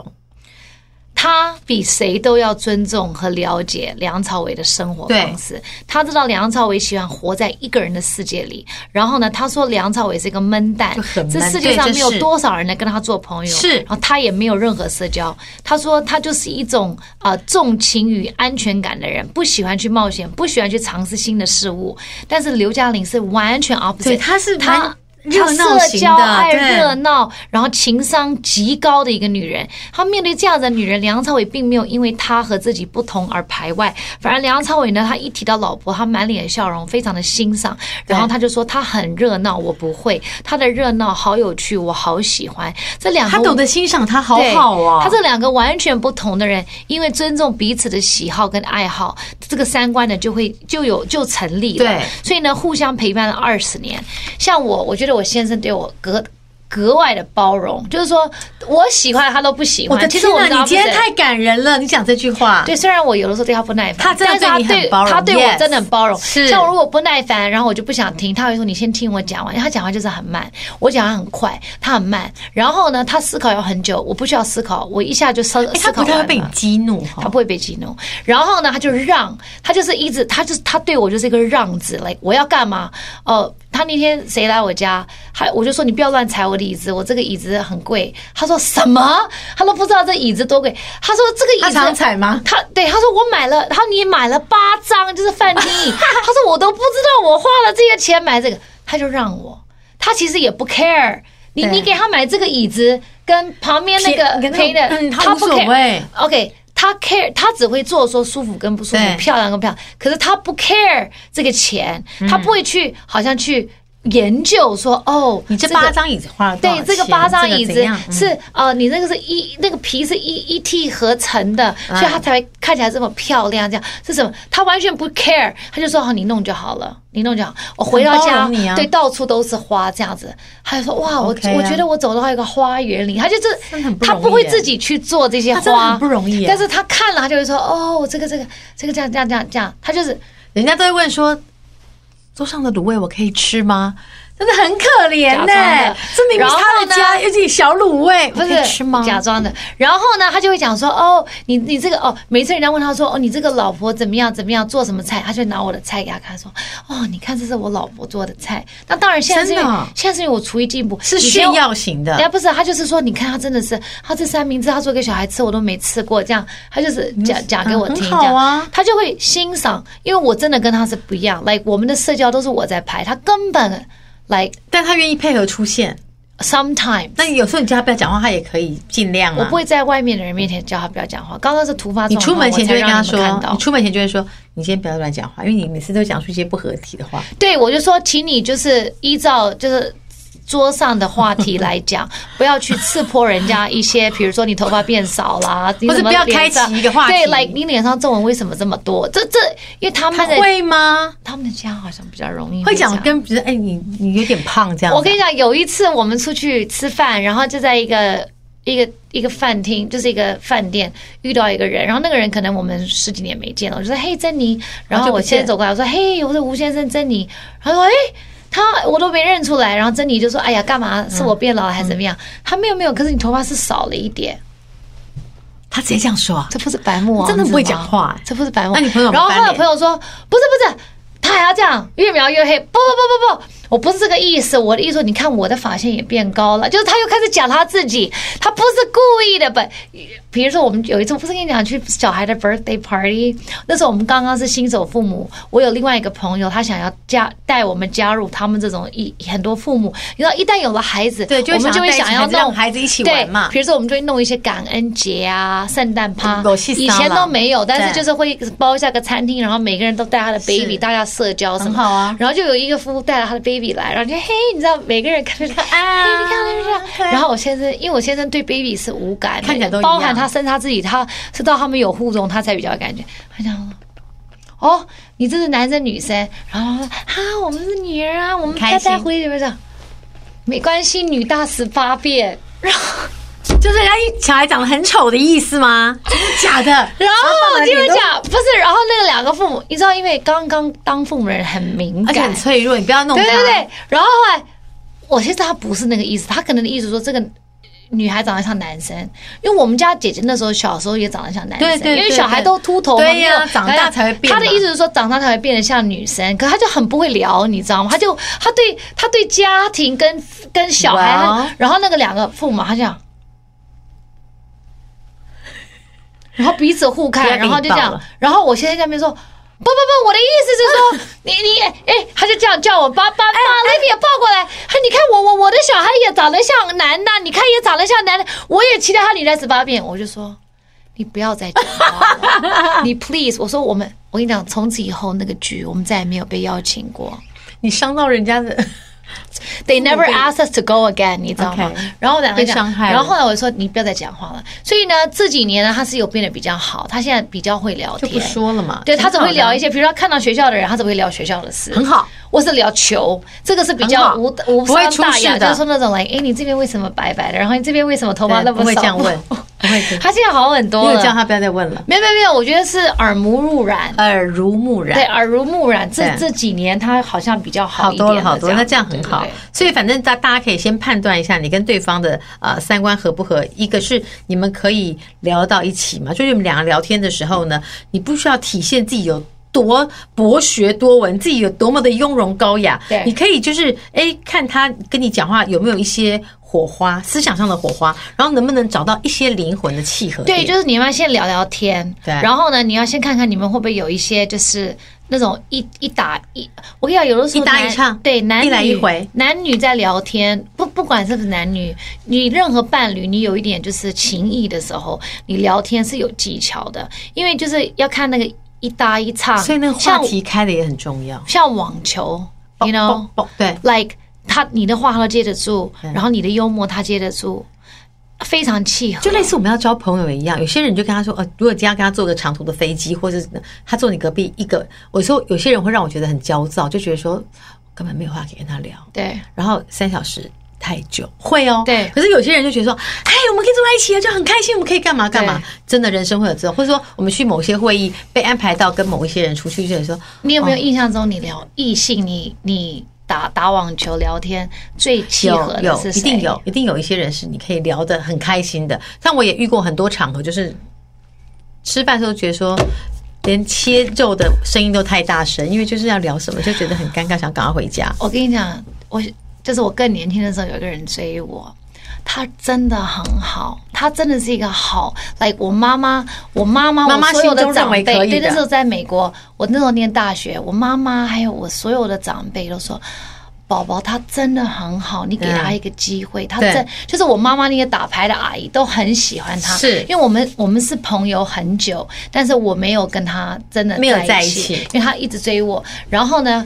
他比谁都要尊重和了解梁朝伟的生活方式。他知道梁朝伟喜欢活在一个人的世界里，然后呢，他说梁朝伟是一个闷蛋就很，闷这世界对上这没有是多少人能跟他做朋友，是然后他也没有任何社交。他说他就是一种呃重情与安全感的人，不喜欢去冒险，不喜欢去尝试新的事物。但是刘嘉玲是完全 opposite，对她是蛮她热她闹社型交的爱对热闹，然后情商极高的一个女人。她面对这样的女人，梁朝伟并没有因为她和自己不同而排外，反而梁朝伟呢，他一提到老婆，他满脸笑容，非常的欣赏。然后他就说他很热闹，我不会，他的热闹好有趣，我好喜欢。这两个他懂得欣赏他，好对好哦。他这两个完全不同的人，因为尊重彼此的喜好跟爱好，这个三观呢就会就有就成立了。对，所以呢，互相陪伴了二十年。像我，我觉得我先生对我格格外的包容，就是说我喜欢他都不喜我的欢。其实我天知哪，道你今天不是太感人了，你讲这句话，对，虽然我有的时候对他不耐啊他烦，真的对但是他你很包容他对 yes 我真的很包容。是像我如果不耐烦，然后我就不想听，他会说：“你先听我讲完。”因为他讲话就是很慢，我讲话很快，他很慢。然后呢，他思考要很久，我不需要思考，我一下就思哎，他思考不太完会被你了。激怒哈他。不会被激怒，然后呢，他就让，他就是一直，他就是他对我就是一个让字，like 我要干嘛？哦，他那天谁来我家，还我就说你不要乱踩我的椅子，我这个椅子很贵。他说什么？他都不知道这椅子多贵。他说这个他椅常子踩吗？他对他说我买了，他说你买了八张，就是饭厅 椅。他说我都不知道我花了这些钱买这个，他就让我，他其实也不 care。你对你给他买这个椅子跟旁边那便个跟陪的那个嗯，他不无所 care 谓 OK，他 care，他只会做说舒服跟不舒服对，漂亮跟不漂亮，可是他不 care 这个钱，嗯他不会去好像去研究说哦，你这个八张椅子花了多少对，钱这个八张这个椅怎子样嗯是呃，你那个是一那个皮是一一体合成的，啊所以它才会看起来这么漂亮。这样是什么？他完全不 care，他就说哦好，你弄就好了，你弄就好。我回到很包家容你啊，对，到处都是花，这样子。他就说哇，我 OK 啊我觉得我走到一个花园里，他就是真的很不他容易不会耶自己去做这些他真的花，很不容易耶但是他看了，他就会说哦，这个这个这个这样这样这样这样，他就是。人家都会问说，桌上的卤味我可以吃吗？真的很可怜假装呢、的这明明是他的然家，后有点小卤味，不我是可以吃吗？假装的。然后呢，他就会讲说：“哦，你你这个哦，每次人家问他说：‘哦，你这个老婆怎么样怎么样，做什么菜？’他就拿我的菜给他看，说：‘哦，你看这是我老婆做的菜。’那当然，现在是因为真的啊现在是因为我厨艺进步，是以前炫我耀型的哎、，不是，他就是说，你看他真的是，他这三明治他做给小孩吃，我都没吃过，这样他就是讲讲给我听，很这好样、啊他就会欣赏，因为我真的跟他是不一样，like 我们的社交都是我在排，他根本 like 但他愿意配合出现。 sometimes。那有时候你叫他不要讲话，他也可以尽量啊。我不会在外面的人面前叫他不要讲话。刚刚是突发你状况，出门前就我会才跟他让说你们看，你到。出门前就会说，你先不要乱讲话，因为你每次都讲出一些不合体的话。对，我就说，请你就是依照就是。桌上的话题来 讲，不要去刺破人家一些，比如说你头发变少啦，你或者怎么不要脸开启上一个话对题，like 你脸上皱纹为什么这么多？这这，因为他们他的会吗？他们的家好像比较容易会这样讲跟比如说，哎，你你有点胖这样子啊。我跟你讲，有一次我们出去吃饭，然后就在一个一个一个饭厅，就是一个饭店遇到一个人，然后那个人可能我们十几年没见了，我就说嘿珍妮，然就后不我见先走过来，我说嘿，我是吴先生珍妮，他说哎。他我都没认出来，然后珍妮就说：“哎呀，干嘛？是嗯我变老了还是怎么样？”他没有没有，可是你头发是少了一点，他直接这样说啊，这不是白目王真的不子会吗讲话哎这不是白目。那你朋友有没然有后翻后来脸朋友说，不是不是，他还要这样，越描越黑。不不不不不，我不是这个意思，我的意思说，你看我的发线也变高了，就是他又开始讲他自己，他不是故意的。本，比如说我们有一次，我不是跟你讲去小孩的 birthday party，那时候我们刚刚是新手父母，我有另外一个朋友，他想要加带我们加入他们这种一很多父母，你知道，一旦有了孩子，对就会我们就会想要带想要起来让弄孩子一起对玩嘛比如说我们就会弄一些感恩节啊、圣诞趴有戏，以撒前哦啦都没有，但是对就是会包一下个餐厅，然后每个人都带他的 baby，是大家社交什么很好啊然后就有一个夫妇带了他的 baby 来，然后就嘿，你知道每个人看着他啊，嘿你看是不是？然后我先生，因为我先生对 baby 是无感的，看起来都一样包含他生他自己，他是到他们有互动，他才比较有感觉。他讲说。哦，你这是男生女生，然后他说啊，我们是女儿啊，我们开带心带回去不是？没关系，女大十八变。然后就是人家一小孩长得很丑的意思吗？真的假的？然后我爸爸就脸都讲，不是，然后那个两个父母，你知道，因为刚刚当父母人很敏 而且感很，脆弱，你不要弄他。对对对。然后后来，我其实他不是那个意思，他可能的意思说这个。女孩长得像男生，因为我们家姐姐那时候小时候也长得像男生，对对对因为小孩都秃头嘛，对呀没有长大才会变嘛他的意思是说长大才会变得像女生，可他就很不会聊，你知道吗？他就他对他对家庭跟跟小孩 Wow 然后那个两个父母他就这样，然后彼此互不要看，给你然后就这抱样了，然后我现在在那边说。不不不，我的意思是说，你你哎、他就这样叫我，把把把哎那个也抱过来。他你看我我我的小孩也长得像男的，你看也长得像男的，我也期待他女的十八变。我就说，你不要再讲话了，你 please，我说我们，我跟你讲，从此以后那个局我们再也没有被邀请过。你伤到人家的， They never asked us to go again，你知道吗 OK 然后我两个 Oh, 被伤讲，害了然后后来我就说你不要再讲话了。所以呢，这几年呢，他是有变得比较好，他现在比较会聊就天，不说了嘛。对他只怎会聊一些，比如说他看到学校的人，他只会聊学校的事，很好。或是聊球，这个是比很好较无无不会伤出大事雅，的就是说那种 like，哎，你这边为什么白白的？然后你这边为什么头发那对，么不会少？这样 问，不会这样。他现在好很因多为叫了。他不要再问了，没有没有没有，我觉得是耳濡目染，耳濡目染。对，耳濡目染。这对这几年他好像比较好好一多点了，好多了，那这样很好。对对对所以反正大大家可以先判断一下你跟对方的呃三观合不合。一个是你们可以聊到一起嘛，就是你们两个聊天的时候呢，你不需要体现自己有。多博学多闻，自己有多么的雍容高雅对，你可以就是哎、看他跟你讲话有没有一些火花，思想上的火花，然后能不能找到一些灵魂的契合点。对，就是你们要先聊聊天，对然后呢，你要先看看你们会不会有一些就是那种一一打一，我跟你讲，有的时候一打一男唱对，男女一来一回，男女在聊天，不不管是不是男女，你任何伴侣，你有一点就是情谊的时候，你聊天是有技巧的，因为就是要看那个一搭一唱，所以那个话像题哦开的也很重要。像网球，you know，啵啵啵对， like 他你的话他都接得住，然后你的幽默他接得住，非常契合。就类似我们要交朋友一样，有些人就跟他说，呃，如果今天要跟他坐个长途的飞机，或者是他坐你隔壁一个，我说有些人会让我觉得很焦躁，就觉得说根本没有话可以跟他聊，对然后三小时太久，会哦，对可是有些人就觉得说，哎，我们可以坐在一起啊，就很开心，我们可以干嘛干嘛对。真的人生会有这种，或者说我们去某些会议被安排到跟某一些人出去，就是说你有没哦有印象中你聊异性，你你打打网球聊天最契合有的有是一谁？定有，一定有一些人是你可以聊得很开心的。但我也遇过很多场合，就是吃饭的时候觉得说。连切肉的声音都太大声，因为就是要聊什么就觉得很尴尬，想赶快回家。我跟你讲，我就是我更年轻的时候，有一个人追我，他真的很好，他真的是一个好，like 我妈妈，我妈妈，妈妈我所有心中的认长为辈，可以的对，那时候在美国，我那时候念大学，我妈妈还有我所有的长辈都说。宝宝他真的很好，你给他嗯一个机会，他对真就是我妈妈那些打牌的阿姨都很喜欢他，是因为我们我们是朋友很久，但是我没有跟他真的没有在在一一起起，因为他一直追我，然后呢，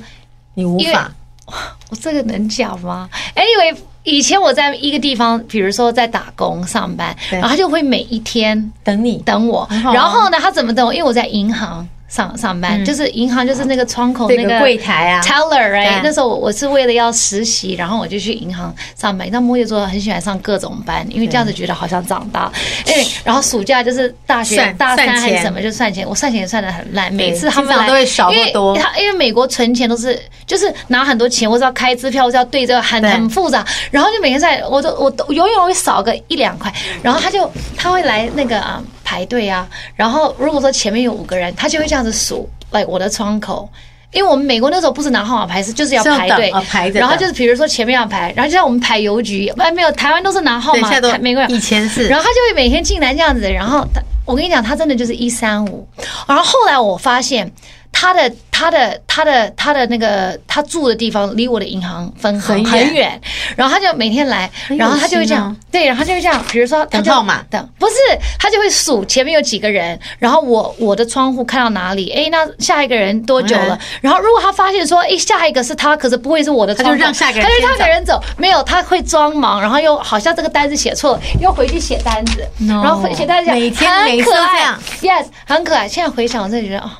你无因为法，我哦这个能讲吗？Anyway，以前我在一个地方，比如说在打工上班，对然后他就会每一天等你等我好。啊嗯然后呢，他怎么等我？因为我在银行上上班，就是银行就是那个窗口这那个个柜。台啊， Teller 对 right，那时候我我是为了要实习，然后我就去银行上班。那摩羯座很喜欢上各种班，因为这样子觉得好像长大。哎，然后暑假就是大学算大三算还钱是什么就算钱，我算钱也算的很烂，每对次他经们常来都会少因或为多他因为美国存钱都是就是拿很多钱，我是要开支票，我是要对这个很对很复杂，然后就每天在我都我都我永远会少个一两块，然后他就他会来那个啊、排队啊，然后如果说前面有五个人，他就会这样子数，like 我的窗口。因为我们美国那时候不是拿号码牌，是就是要是要排等队，哦排着然后等就是比如说前面要排，然后就像我们排邮局，哎没有，台湾都是拿号对，码现在，都台美国人以前是，然后他就会每天进来这样子，然后他，我跟你讲，他真的就是一三五。然后后来我发现他的他的他的他的那个他住的地方离我的银行分行很远很远，然后他就每天来，有然后他就会这心样啊，对，然后他就会这样，比如说他就等号码等，不是他就会数前面有几个人，然后我我的窗户看到哪里，哎，那下一个人多久了嗯？然后如果他发现说，哎，下一个是他，可是不会是我的他就窗户，让下一个人他就先让走下一个人走，没有，他会装忙，然后又好像这个单子写错了，又回去写单子 No 然后回写单子，每天每次很都可这爱样，yes，很可爱。现在回想，我真的觉得啊、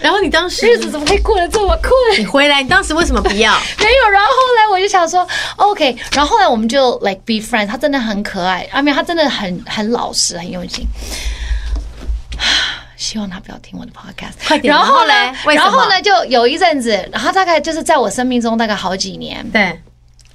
然后你当时日子怎么会过得这么 困？你回来，你当时为什么不 要？没有，然后后来我就想说，OK，然后后来我们就 like be friends，他真的很可爱，阿明他真的很很老实，很用心。 希望他不要听我的 podcast。快点然后呢然后嘞为什然么后呢，就有一阵子，然后大概就是在我生命中大概好几年，对，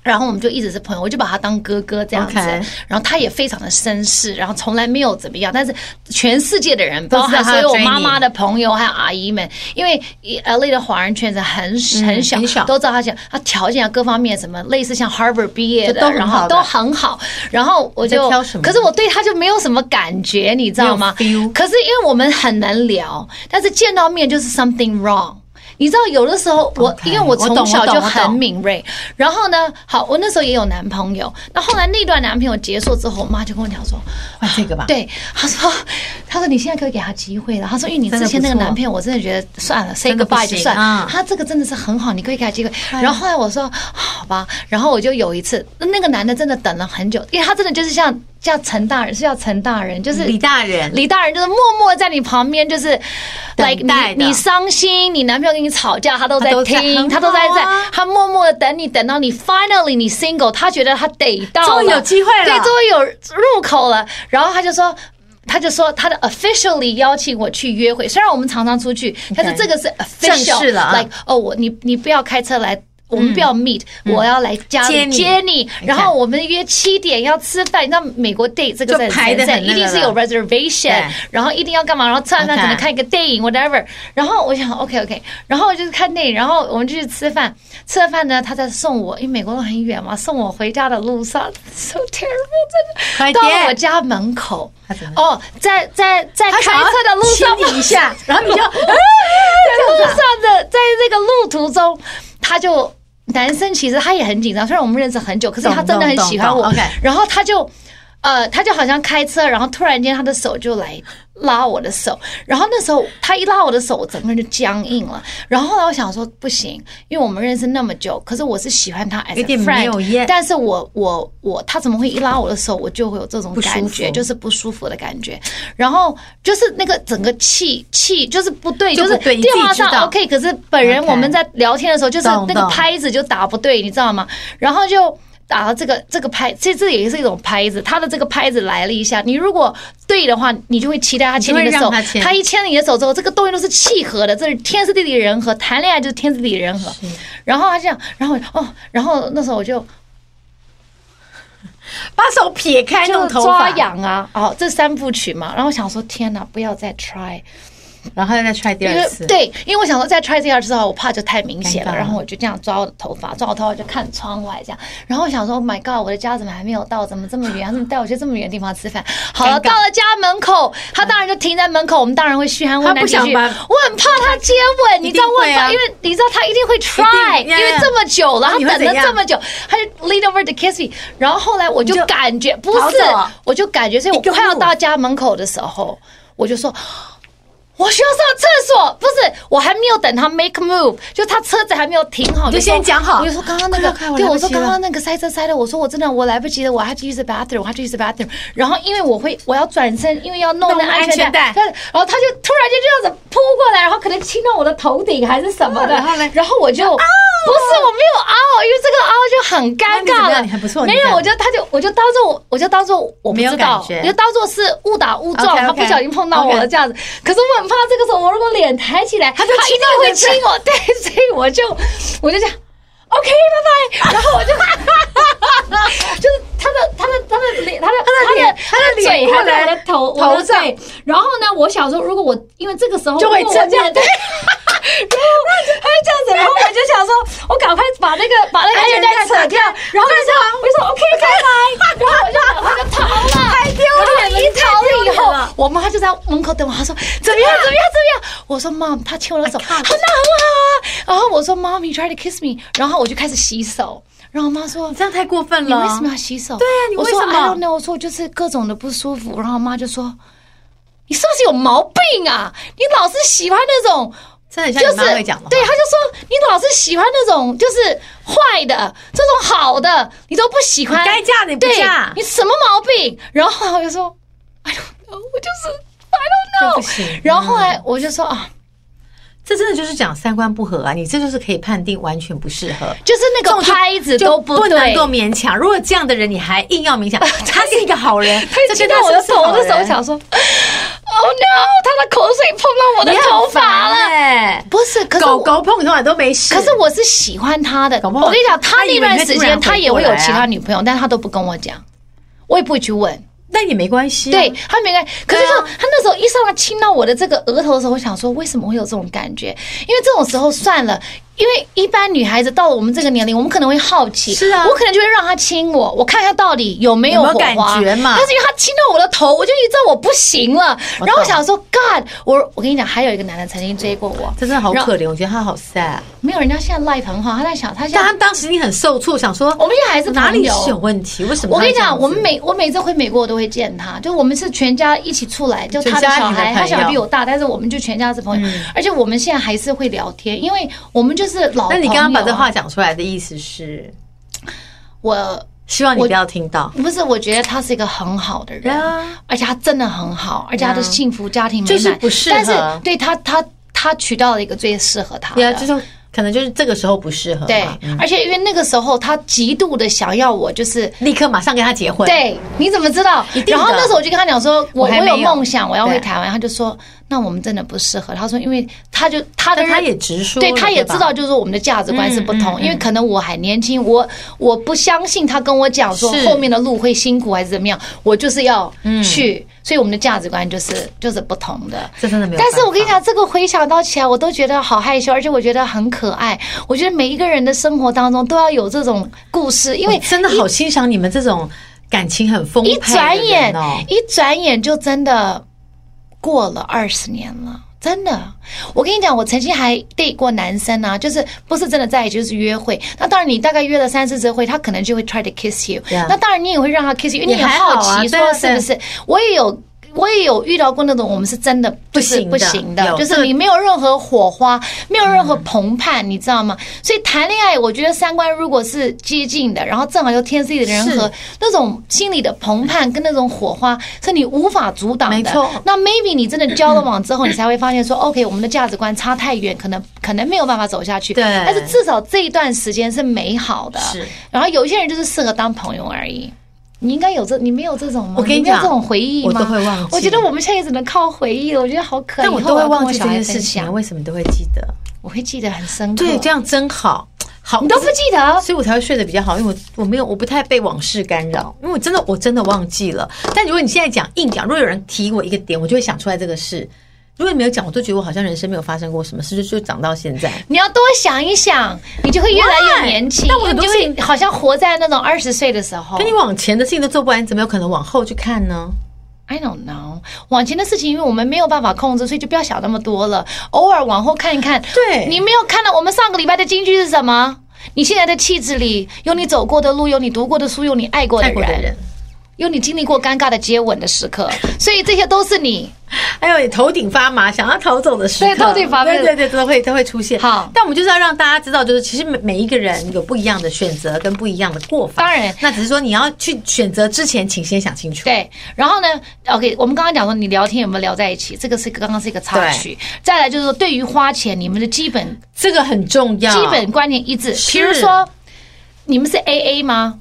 然后我们就一直是朋友，我就把他当哥哥这样子。 OK 然后他也非常的绅士，然后从来没有怎么样。但是全世界的人，都包知道含他所要有我追妈你妈的朋友还有阿姨们，因为 LA 的华人圈子很很嗯小，很小都知道他讲他条件啊各方面什么，类似像 Harvard 毕业就的，都很然好后的都很好。然后我你在就挑什么，可是我对他就没有什么感觉，你知道吗？没有 feel 可是因为我们很难聊，但是见到面就是 something wrong。你知道有的时候我 OK，因为我我懂从小我懂就我很懂敏锐，然后呢，好，我那时候也有男朋友，那后来那段男朋友结束之后，我妈就跟我讲说，换这个吧。，对，她说，她说你现在可以给他机会了，她说因为你真的之前不那个错男朋友，我真的觉得算了，say 真的不 goodbye 就行算啊，他这个真的是很好，你可以给他机会。哎然后后来我说好吧，然后我就有一次，那个男的真的等了很久，因为他真的就是像叫陈大人，是叫陈大人，就是李大人，李大人就是默默在你旁边，就是等 like 待的你你伤心，你男朋友跟你吵架，他都在他都在听，很他都在好在啊，他默默的等你，等到你 finally 你 single，他觉得他得到了终于有机会了对，终于有入口了，然后他就说。他就说他的 officially 邀请我去约会，虽然我们常常出去，但是这个是 official，正式了啊嗯 like 哦，我你你不要开车来，我们不要 meet，、我要来家接里你接你，你然看后我们约七点要吃饭。你知道美国 date 这个就是很排得神圣很那一定个是有了 reservation，对然后一定要干嘛，然后吃完饭 OK 可能看一个电影，whatever。然后我想 OK OK，然后我就是看电影，然后我们就去吃饭。吃了饭呢，他在送我，因为美国都很远嘛，送我回家的路上，so 快 terrible，真点的。到了我家门口他怎么，哦，在在在开车的路上亲你一 下，然后你就呃在路上的，在这个路途中，他就男生其实他也很紧张，虽然我们认识很久，可是他真的很喜欢懂我懂懂，OK。然后他就。呃，他就好像开车，然后突然间他的手就来拉我的手，然后那时候他一拉我的手，我整个人就僵硬了。然后后来我想说不行，因为我们认识那么久，可是我是喜欢他 as 有 a 点没有 friend，耶但是我我我他怎么会一拉我的手，我就会有这种不舒感觉，服就是不舒服的感觉。然后就是那个整个气气就是不对，就就不是对你电自己话知上道 OK，可是本人 OK 我们在聊天的时候，就是懂那个懂拍子就打不对，你知道吗？然后就。打了这个这个拍，其实这也是一种拍子，他的这个拍子来了一下，你如果对的话，你就会期待他牵你你的就会让手他，牵他一牵你的手之后，这个动作都是契合的，这是天时地利人和，谈恋爱就是天时地利人和。然后他这样，然后我就哦，然后那时候我就把手撇开就弄头抓发，痒啊，哦，这三部曲嘛，然后我想说天哪，不要再 try，然后再 try 第因二次。为，对，因为我想说再 try 第二次的话，我怕就太明显尴了，尬然后我就这样抓我的头发，抓我头发就看窗外这样，然后我想说 Oh，My God，我的家怎么还没有到？怎么这么远？怎么带我去这么远的地方吃饭？好了，尴尬到了家门口，他当然就停在门口，我们当然会嘘寒问他暖不几想句。把我很怕他接吻，你知道一定问会啊因为你知道他一定会 try，一因定呀为呀这么久了，那他你会等怎了样这么久，他就 lead over to kiss me，然后后来我就你就感觉不逃是走，我就感觉，所以我一个快要路到家门口的时候，我就说。我需要上厕所，不是，我还没有等他 make move，就他车子还没有停好，就说先讲好我就说刚刚那快个快快，我对来我不说及了刚刚那个塞车塞的，我说我真的我来不及了，我还去 use the bathroom，我还去 use the bathroom。然后因为我会我要转身，因为要弄弄那那安全带安全带，对然后他就突然间这样子扑过来，然后可能亲到我的头顶还是什么的，嗯然后嘞哦然后我就不是我没有凹，因为这个凹就很尴那你怎尬么了，样你还不错没你这有，样我就他就我就当做我我就当做我不没有知道，感觉我就当做是误打误撞， OK，OK 他不小心碰到我了 OK 这样子。可是我很怕这个时候我如果脸抬起来，他就一亲定到你会的亲我， 对，所以我就我就这样。OK，拜拜。然后我就， 就是他的他的他的脸，他的他的脸他的他的嘴脸还过在来我的头头我的上对。然后呢，我想说，如果我因为这个时候就会如果我这样正面对。然后他就这样子，然后我就想说，我赶快把那个把那个安全带扯掉，然后我就我就说 OK，拜拜，然后我就赶快就逃 了，太丢脸了一逃了以太丢脸后了，我妈就在门口等我，她说怎么样怎么样怎么样？我说妈，他牵我的手，她说那很好啊。然后我说妈，你 try to kiss me，然后我就开始洗手，然后我妈说你。这样太过分你了。为什么要洗手？对啊你为什么我说 I don't know，我说我就是各种的不舒服。然后我妈就说：“你是不是有毛病啊？你老是喜欢那种真的很就像你是妈会讲的话？对，他就说你老是喜欢那种就是坏的，这种好的你都不喜欢，你该嫁的你不对嫁你什么毛病？然后我就说，I don't know，我就是 I 这 don't 不 know 行。嗯然后后来我就说啊，这真的就是讲三观不合啊！你这就是可以判定完全不适合。就是那个拍子就都不对，能够勉强。如果这样的人你还硬要 勉强，他是一个好人，他一这亲跟到我的是不是头好的时候，我人想说，Oh no，他的口水碰到我的你很头发烦了。欸不是，可是狗我狗碰头发都没事，可是我是喜欢他的。搞不好我跟你讲，他他那以为段你会时突然间回他也过会有来其啊他女朋友，但他都不跟我讲，我也不会去问。但也没关系、啊，对，他没关，可是对啊就他那时候一上来亲到我的这个额头的时候，我想说为什么会有这种感觉？因为这种时候算了，因为一般女孩子到了我们这个年龄，我们可能会好奇，是啊我可能就会让他亲我，我看看到底有没有有没有火花感觉嘛但是因为他亲到我的头，我就一直知道我不行了。然后我想说，God，我我跟你讲，还有一个男的曾经追过我，这真的好然后可怜，我觉得他好 sad。啊没有人家现在 life 很好，他在想他现在但他当时你很受挫，想说我们现在还是朋友哪里是有问题？为什么？我跟你讲，我们每我每次回美国，我都会见他，就我们是全家一起出来，就全他的家小你的孩，朋友嗯他小孩比我大，但是我们就全家是朋友，而且我们现在还是会聊天，因为我们就是老那朋友啊。你刚刚把这话讲出来的意思是，我。希望你不要听到。不是，我觉得他是一个很好的人 Yeah 而且他真的很好，而且他的 Yeah 幸福家庭美满，啊就是不适合但是对他，他他娶到了一个最适合他的。对啊，就是可能就是这个时候不适合。嗯对，而且因为那个时候他极度的想要我，就是立刻马上跟他结婚。，对，你怎么知道？定然后的那时候我就跟他讲说，我我还我没有有梦想，我要回对台湾。他就说，那我们真的不适合。他说，因为他就他的但他认也直说了，对，他也吧知道，就是说我们的价值观是不同，嗯嗯因为可能我还年轻，我我不相信他跟我讲说是后面的路会辛苦还是怎么样，我就是要去，所以我们的价值观就是就是不同的。嗯这真的没有办但法。是我跟你讲，这个回想到起来，我都觉得好害羞，而且我觉得很可爱。我觉得每一个人的生活当中都要有这种故事，因为我真的好欣赏你们这种感情很丰沛一的人哦、转眼，一转眼就真的过了二十年了。真的，我跟你讲，我曾经还 date 过男生啊，就是不是真的在一起，就是约会。那当然，你大概约了三四次会，他可能就会 try to kiss you。 Yeah 那当然，你也会让他 kiss you，因为你也很还好啊好奇说对啊是不是？我也有，我也有遇到过那种我们是真的就不是行的不行的，有就是这个你没有任何火花，没有任嗯何澎湃，你知道吗？所以谈恋爱，我觉得三观如果是接近的，然后正好又天时地利人和是，那种心里的澎湃跟那种火花是你无法阻挡的。没错那 maybe 你真的交了往之后，你才会发现说，OK，我们的价值观差太远，可能可能没有办法走下去。对但是至少这一段时间是美好的。是。然后有一些人就是适合当朋友而已。你应该有这，你没有这种吗？我跟你没有讲这种回忆我吗？都会忘记我觉得我们现在也只能靠回忆了。我觉得好可爱。但我以后都会要跟忘我记小这孩件分事情，啊享，为什么都会记得？我会记得很深刻。对，这样真好，好，你都不记得？所以我才会睡得比较好，因为我我没有我不太被往事干扰，因为我真的我真的忘记了。但如果你现在讲硬讲，如果有人提我一个点，我就会想出来这个事。如果你没有讲，我都觉得我好像人生没有发生过什么事，就就长到现在。你要多想一想，你就会越来越年轻，但我很你多就事会好像活在那种二十岁的时候那。你往前的事情都做不完，你怎么有可能往后去看呢？ I don't know，往前的事情，因为我们没有办法控制，所以就不要想那么多了。偶尔往后看一看。对你没有看到我们上个礼拜的金句是什么？你现在的气质里有你走过的路，有你读过的书，有你爱过的爱过人，的人，有你经历过尴尬的接吻的时刻，所以这些都是你。还有你哎头顶发麻，想要逃走的时刻，对头顶发麻对对对，都会都会出现。好但我们就是要让大家知道，就是其实每每一个人有不一样的选择跟不一样的过法。当然那只是说你要去选择之前，请先想清楚。对，然后呢？OK，我们刚刚讲说你聊天有没有聊在一起，这个是刚刚是一个插曲。再来就是说，对于花钱，你们的基本这个很重要。基本观念一致。啊是比如说，你们是 A A 吗？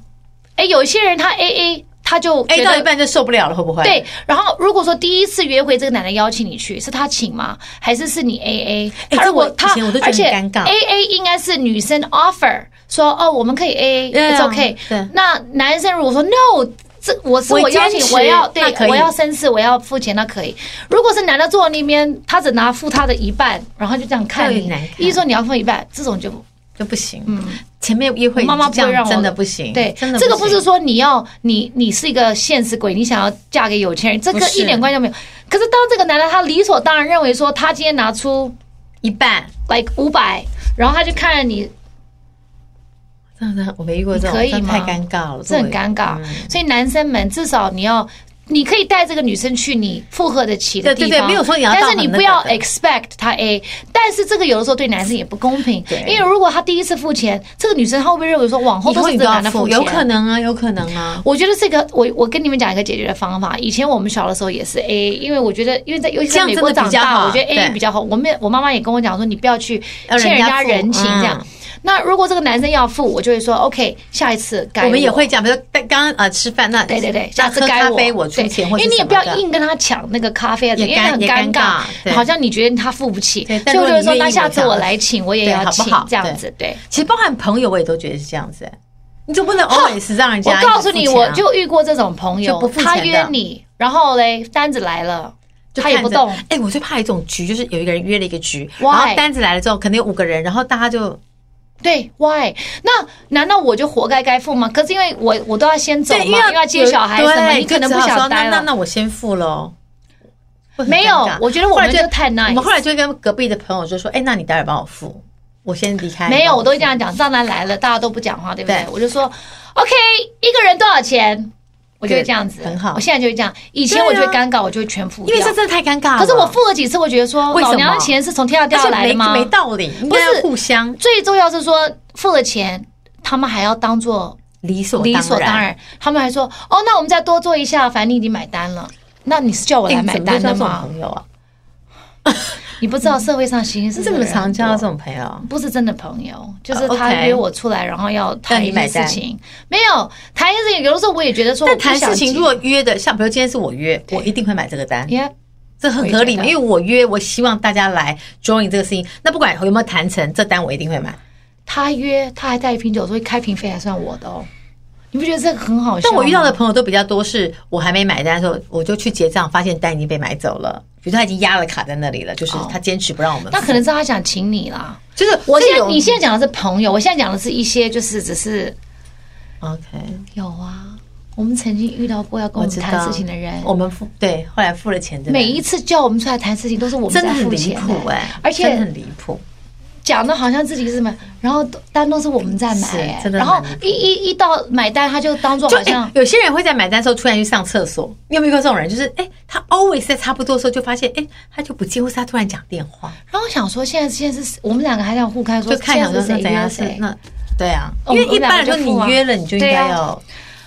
哎，有一些人他 A A，他就 A 觉哎到得一半就受不了了，会不会？对，然后如果说第一次约会这个男的邀请你去，是他请吗？还是是你 A A？哎他如果这我他以前我都觉得而且很尴尬 A A 应该是女生 offer 说哦，我们可以 A Yeah, A，it's OK。对那男生如果说 No。这我是我我邀坚请，持我要那对可以我要绅士，我要付钱，那可以。如果是男的坐那边，他只拿付他的一半，然后就这样看那有你点难，看一说你要付一半，这种就就不行。前面约会嗯妈妈不这会让样我真的不行，对，真的这个不是行说你要你你是一个现实鬼，你想要嫁给有钱人，这不个是一点关系都没有。可是当这个男的他理所当然认为说他今天拿出一半， like 五百，然后他就看着你，真的我没遇过这种，可以真的太吗尴尬了，这很尴尬。嗯所以男生们至少你要。你可以带这个女生去你负荷得起的地对方，对对没有说你要到但是你很那不要个的 expect 他 A，但是这个有的时候对男生也不公平对，因为如果他第一次付钱，这个女生她会不会认为说往我后以都后是你这都个要男的付付，钱？有可能啊，有可能啊。我觉得这个，我我跟你们讲一个解决的方法。以前我们小的时候也是 A，因为我觉得，因为在尤其这在样美真的国长比较大，好我觉得 A 对比较好。我们我妈妈也跟我讲说，你不要去要人欠人家家付人情这样嗯。那如果这个男生要付，我就会说 OK，下一次该我们也会讲，比如说刚刚呃吃饭那对对对，那下次喝该咖我啡我出对钱，因或者为你什也么不要的硬跟他抢那个咖啡啊，因也为尴很尴也尴尬对好像你觉得他付不起，对所但以如我果就会说你愿意那下我次想我来请，我也对要好不请好这样对子，对。其实包含朋友，我也都觉得是这样子。哎你就不 能 always 让人家一我直付钱啊、告诉你，我就遇过这种朋友就不，付钱的他约你，然后嘞单子来了，就他也看不着动。哎、我最怕一种局，就是有一个人约了一个局 Why？然后单子来了之后，可能有五个人，然后大家就对，why？那难道我就活该该付吗？可是因为我我都要先走嘛，因为要接小孩什么，对你可能就不只好想说待那那了。那我先付喽。会很没有尴尬我觉得我后来们就太 nice 我们后来就跟隔壁的朋友就说：“哎，那你待会儿帮我付，我先离开。”没有，我都会这样讲。账单来了，大家都不讲话，对不对？对我就说，OK，一个人多少钱？我就会这样子，对很好我现在就会这样，以前对啊我就会尴尬，我就会全付因掉。为这真的太尴尬了。可是我付了几次，我觉得说，为什么老娘的钱是从天上掉而下且来没的吗？没道理，应不该要是互相最重要是说，付了钱，他们还要当做理所哎理所当。然，他们还说，哦，那我们再多做一下，反正你已经买单了。那你是叫我哎来你买怎么都单交的这种吗？朋友啊？你不知道社会上形形色你色怎的么人常交到很这多种朋友？啊不是真的朋友，就是呃，OK 他约我出来，然后要谈一些事情。没有谈一些事情，有的时候我也觉得说我但不谈想事情急如果约的，像比如今天是我约，我一定会买这个单， Yeah，这很合理嘛。我也觉因得为我约，我希望大家来 join 这个事情。那不管有没有谈成，这单我一定会买。他约他还带一瓶酒，所以开瓶费还算我的哦。你不觉得这个很好笑吗？但我遇到的朋友都比较多，是我还没买单的时候，我就去结账，发现单已经被买走了。比如说他已经压了卡在那里了，就是哦他坚持不让我们付。那可能是他想请你啦。就是我这现在种你现在讲的是朋友，我现在讲的是一些就是只是 OK。有啊，我们曾经遇到过要跟我们知谈道事情的人，我们付对，后来付了钱的人，每一次叫我们出来谈事情都是我们真的在很付离钱谱的哎，而真且的很离谱。讲的好像自己是什么，然后单都是我们在买、是哎真的然后很离一一一到买单，他就当做就好像哎有些人会在买单的时候突然去上厕所，你有没有遇过这种人？就是哎、他 always 在差不多的时候就发现，哎、他就不见，或是他突然讲电话，然后想说，现在现在是我们两个还想互看说，就看现想在说是是谁怎样约是谁。那。对啊，哦因为一般我们两个就来说付啊你约了，你就应该要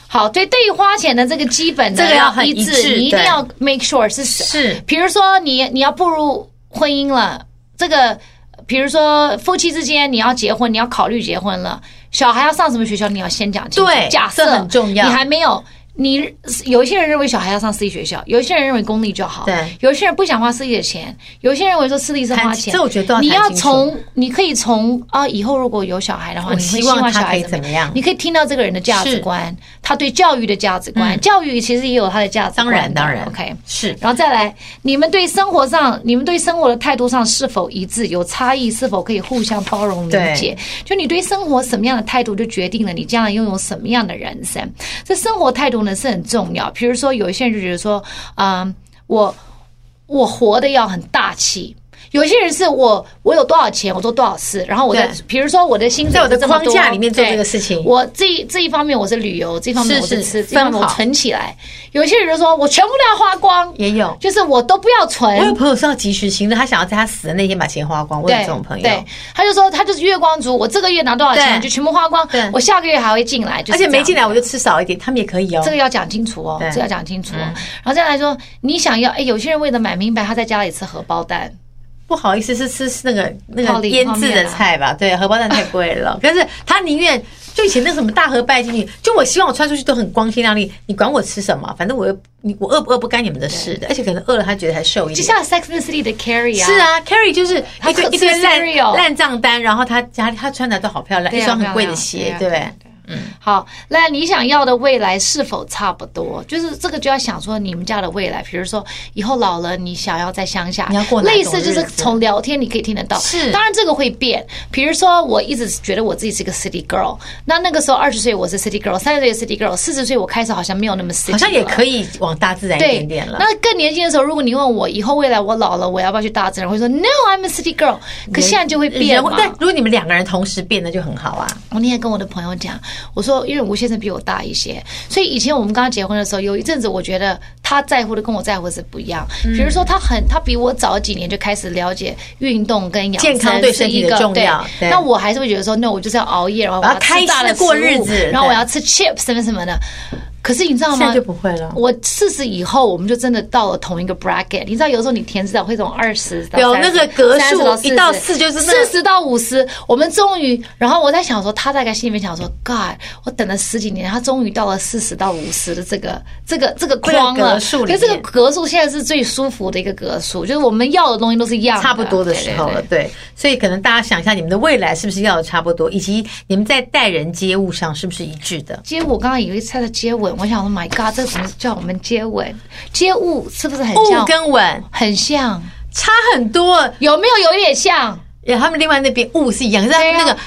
好，对，对于花钱的这个基本的这个要很一一致你一定对要 make sure 是谁。是比如说你你要步入婚姻了，这个比如说夫妻之间你要结婚，你要考虑结婚了，小孩要上什么学校，你要先讲清楚。对假设这很重要你还没有。你有一些人认为小孩要上私立学校，有一些人认为公立就好，对有一些人不想花私立的钱，有一些人认为说私立是花谈钱。这我觉得都要你谈要清楚从你可以从啊，以后如果有小孩的话，我你会希希望望他小可孩以怎怎么么样你可以听到这个人的价值是嗯观，他对教育的价值观，教育其实也有他的价值观当的。然当然，OK。是然后再来，你们对生活上、你们对生活的态度上是否一致？有差异是否可以互相包容理解？就你对生活什么样的态度，就决定了你将来拥有什么样的人生。这生活态度呢是很重要。比如说，有一些人就觉得说，嗯，我我活得要很大气。有些人是我，我有多少钱，我做多少事，然后我在对，比如说我的薪水在我的是这么多框架里面做这个对事情我这一这一方面我是旅游，这一方面我是是吃，是这一方面我分好存起来。有些人就说我全部都要花光，也有。就是我都不要我有存。朋友是要及时行乐，他想要在他死的那天把钱花光。我有对这种朋友，对，他就说他就是月光族，我这个月拿多少钱对就全部花光对，我下个月还会进来，就而是且这没样进来我就吃少一点，他们也可以哦。这个要讲清楚哦，对嗯这个要讲清楚哦。然后再来说，你想要，哎，有些人为了买名牌，他在家里吃荷包蛋，不好意思，是吃是那个那泡个里腌泡制面的啊菜吧？对，荷包蛋太贵 了。可是他宁愿就以前那什么大河拜金女，就我希望我穿出去都很光鲜亮丽，你管我吃什么，反正我又你我饿不饿不干你们的事的。而且可能饿了，他觉得还瘦一就点。像《Sex and the City》的 Carrie 啊，是，啊，Carrie 就是她一堆可一堆吃烂 cereal 烂账单，然后她家里她穿的都好漂亮，对啊一双很贵的漂鞋，亮对不对对啊？嗯，好，那你想要的未来是否差不多？就是这个就要想说你们家的未来，比如说以后老了，你想要在乡下，你要过哪种类似就是日子从聊天你可以听得到，是当然这个会变。比如说我一直觉得我自己是个 city girl，那那个时候二十岁我是 city girl，三十岁 city girl，四十岁我开始好像没有那么 city，好像也了可以往大自然一对，点点了。那更年轻的时候，如果你问我以后未来我老了我要不要去大自然，我会说 No，I'm a city girl。可现在就会变人嘛。但如果你们两个人同时变，那就很好啊。我那天跟我的朋友讲，我说因为吴先生比我大一些，所以以前我们刚结婚的时候，有一阵子我觉得他在乎的跟我在乎的是不一样。比如说他很，他比我早几年就开始了解运动跟养健生康对身体的是一个重要对，对那我还是会觉得说，no，我就是要熬夜，然后我我要要吃大开心地的过日子对然后我要吃 chips 什么什么的。可是你知道吗？现在就不会了我四十以后，我们就真的到了同一个 bracket。你知道，有时候你填志愿会从二十到有30那个格30数到40一到四就是那四十到五十，我们终于，然后我在想说，他大概心里面想说，God，我等了十几年，他终于到了四十到五十的这个这个这个框这个了。格数里面可是这个格数现在是最舒服的一个格数，就是我们要的东西都是一样的，差不多的时候对了，对，所以可能大家想一下，你们的未来是不是要有差不多，以及你们在待人接物上是不是一致的？接我刚刚以为他在接吻，我想说，My God，这个怎么叫我们接吻？接物是不是很物像？哦跟吻很像，差很多，有没有有一点像？然后他们另外那边物是一样，但对啊那个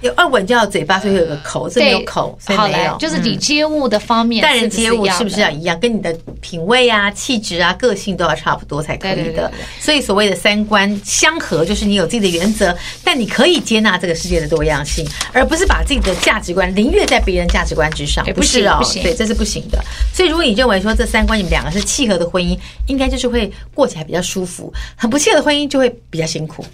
有二吻就要嘴巴，所以有个口，这没有对口，所以好没来有，。嗯就是你接物的方面，待人接物是不是一要样的？一样？跟你的品味啊、气质啊、个性都要差不多才可以的。对对对对对所以所谓的三观相合，就是你有自己的原则，但你可以接纳这个世界的多样性，而不是把自己的价值观凌越在别人价值观之上。哎不是哦不行不行对，这是不行的。所以如果你认为说这三观你们两个是契合的婚姻，应该就是会过起来比较舒服；很不契合的婚姻就会比较辛苦。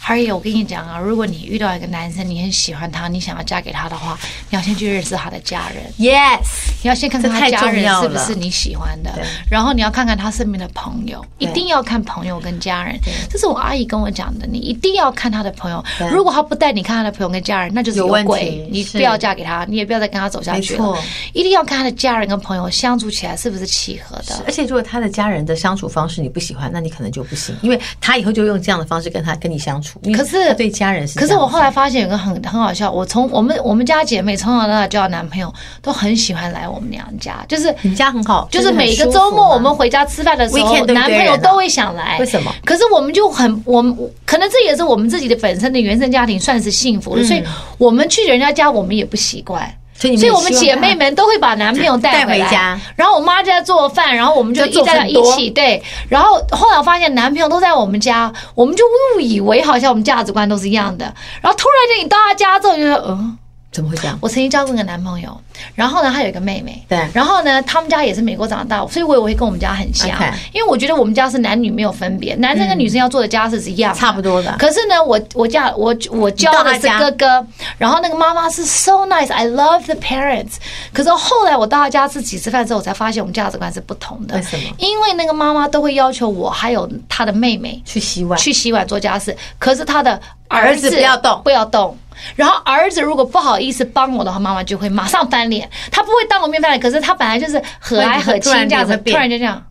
还有，我跟你讲啊，如果你遇到一个男生，你很喜欢他，你想要嫁给他的话，你要先去认识他的家人， Yes，你要先看看这他太家重人要是不了是你喜欢的对，然后你要看看他身边的朋友，一对定要看朋友跟家人。这是我阿姨跟我讲的，你一定要看他的朋友对。如果他不带你看他的朋友跟家人，那就是有问鬼题，你是不要嫁给他，你也不要再跟他走下去没了错。一定要看他的家人跟朋友相处起来是不是契合的。而且如果他的家人的相处方式你不喜欢，那你可能就不行，因为他以后就用这样的方式跟他跟你相处。因为可是他对家人是这可样是子，我后来发现有个很很好笑，我从我们我们家姐妹从小到大交的男朋友都很喜欢来我们娘家，就是你们家很好，就是真的很每个舒服周末吗我们回家吃饭的时候 Weekend 对不对男朋友都会想来。为什么？可是我们就很，我们可能这也是我们自己的本身的原生家庭算是幸福的，所以我们去人家家我们也不习惯。嗯所以你所以也我们希姐望他妹们都会把男朋友带带回来回家，然后我妈就在做饭，然后我们就就一做在很一多起对。然后后来我发现男朋友都在我们家，我们就误以为好像我们价值观都是一样的。然后突然间你到他家之后，就说嗯。怎么会这样？我曾经交过一个男朋友，然后呢，他有一个妹妹，对然后呢，他们家也是美国长大，所以我也会跟我们家很像 OK 因为我觉得我们家是男女没有分别，男生跟女生要做的家事是一样的、嗯差不多的可是呢，我我嫁我我教的你是到他家哥哥，然后那个妈妈是 so nice，I love the parents。可是后来我到他家吃几次饭之后，我才发现我们价值观是不同的。为什么因为那个妈妈都会要求我还有她的妹妹去洗碗，去洗碗做家事，可是他的儿儿子子不要动不要动。然后儿子如果不好意思帮我的话，妈妈就会马上翻脸。他不会当我面翻脸，可是他本来就是和蔼和突亲然这样子脸会，突变然就这样，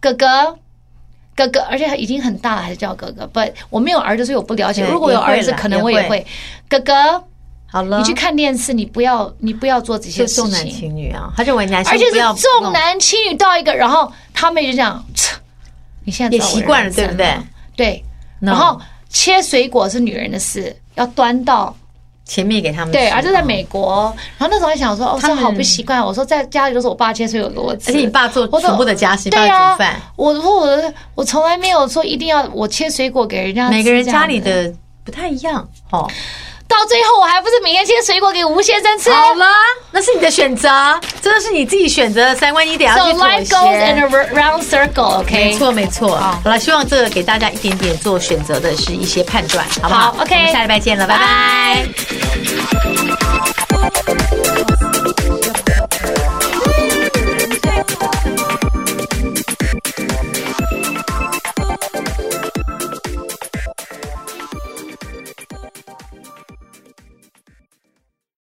哥哥。哥哥，而且他已经很大了，还是叫哥哥。不，我没有儿子，所以我不了解。对如果我有儿子，也会啦可能我也也会会。哥哥，好了，你去看电视，你不要，你不要做这些就事重男情。轻女啊，他认为男生而且不是要重弄男轻女到一个，然后他们就这样，切你现在也知道我习惯了，人生对不对？对， No 然后切水果是女人的事，要端到前面给他们对，吃而且在美国，然后那时候还想说，哦，他这们好不习惯。我说在家里都是我爸切水果给我而吃，且你爸做我说全部的家事，你爸对会呀煮饭，。我说我的我从来没有说一定要我切水果给人家吃，每个人家里这样子的不太一样哦。到最后我还不是每天切水果给吴先生吃。好了，那是你的选择，真的是你自己选择的三观，你得要 So 去妥 life 协。 goes in a round circle, OK？没错，没错。啊好了，希望这个给大家一点点做选择的是一些判断，好不好好，OK 我们下礼拜见了，拜拜。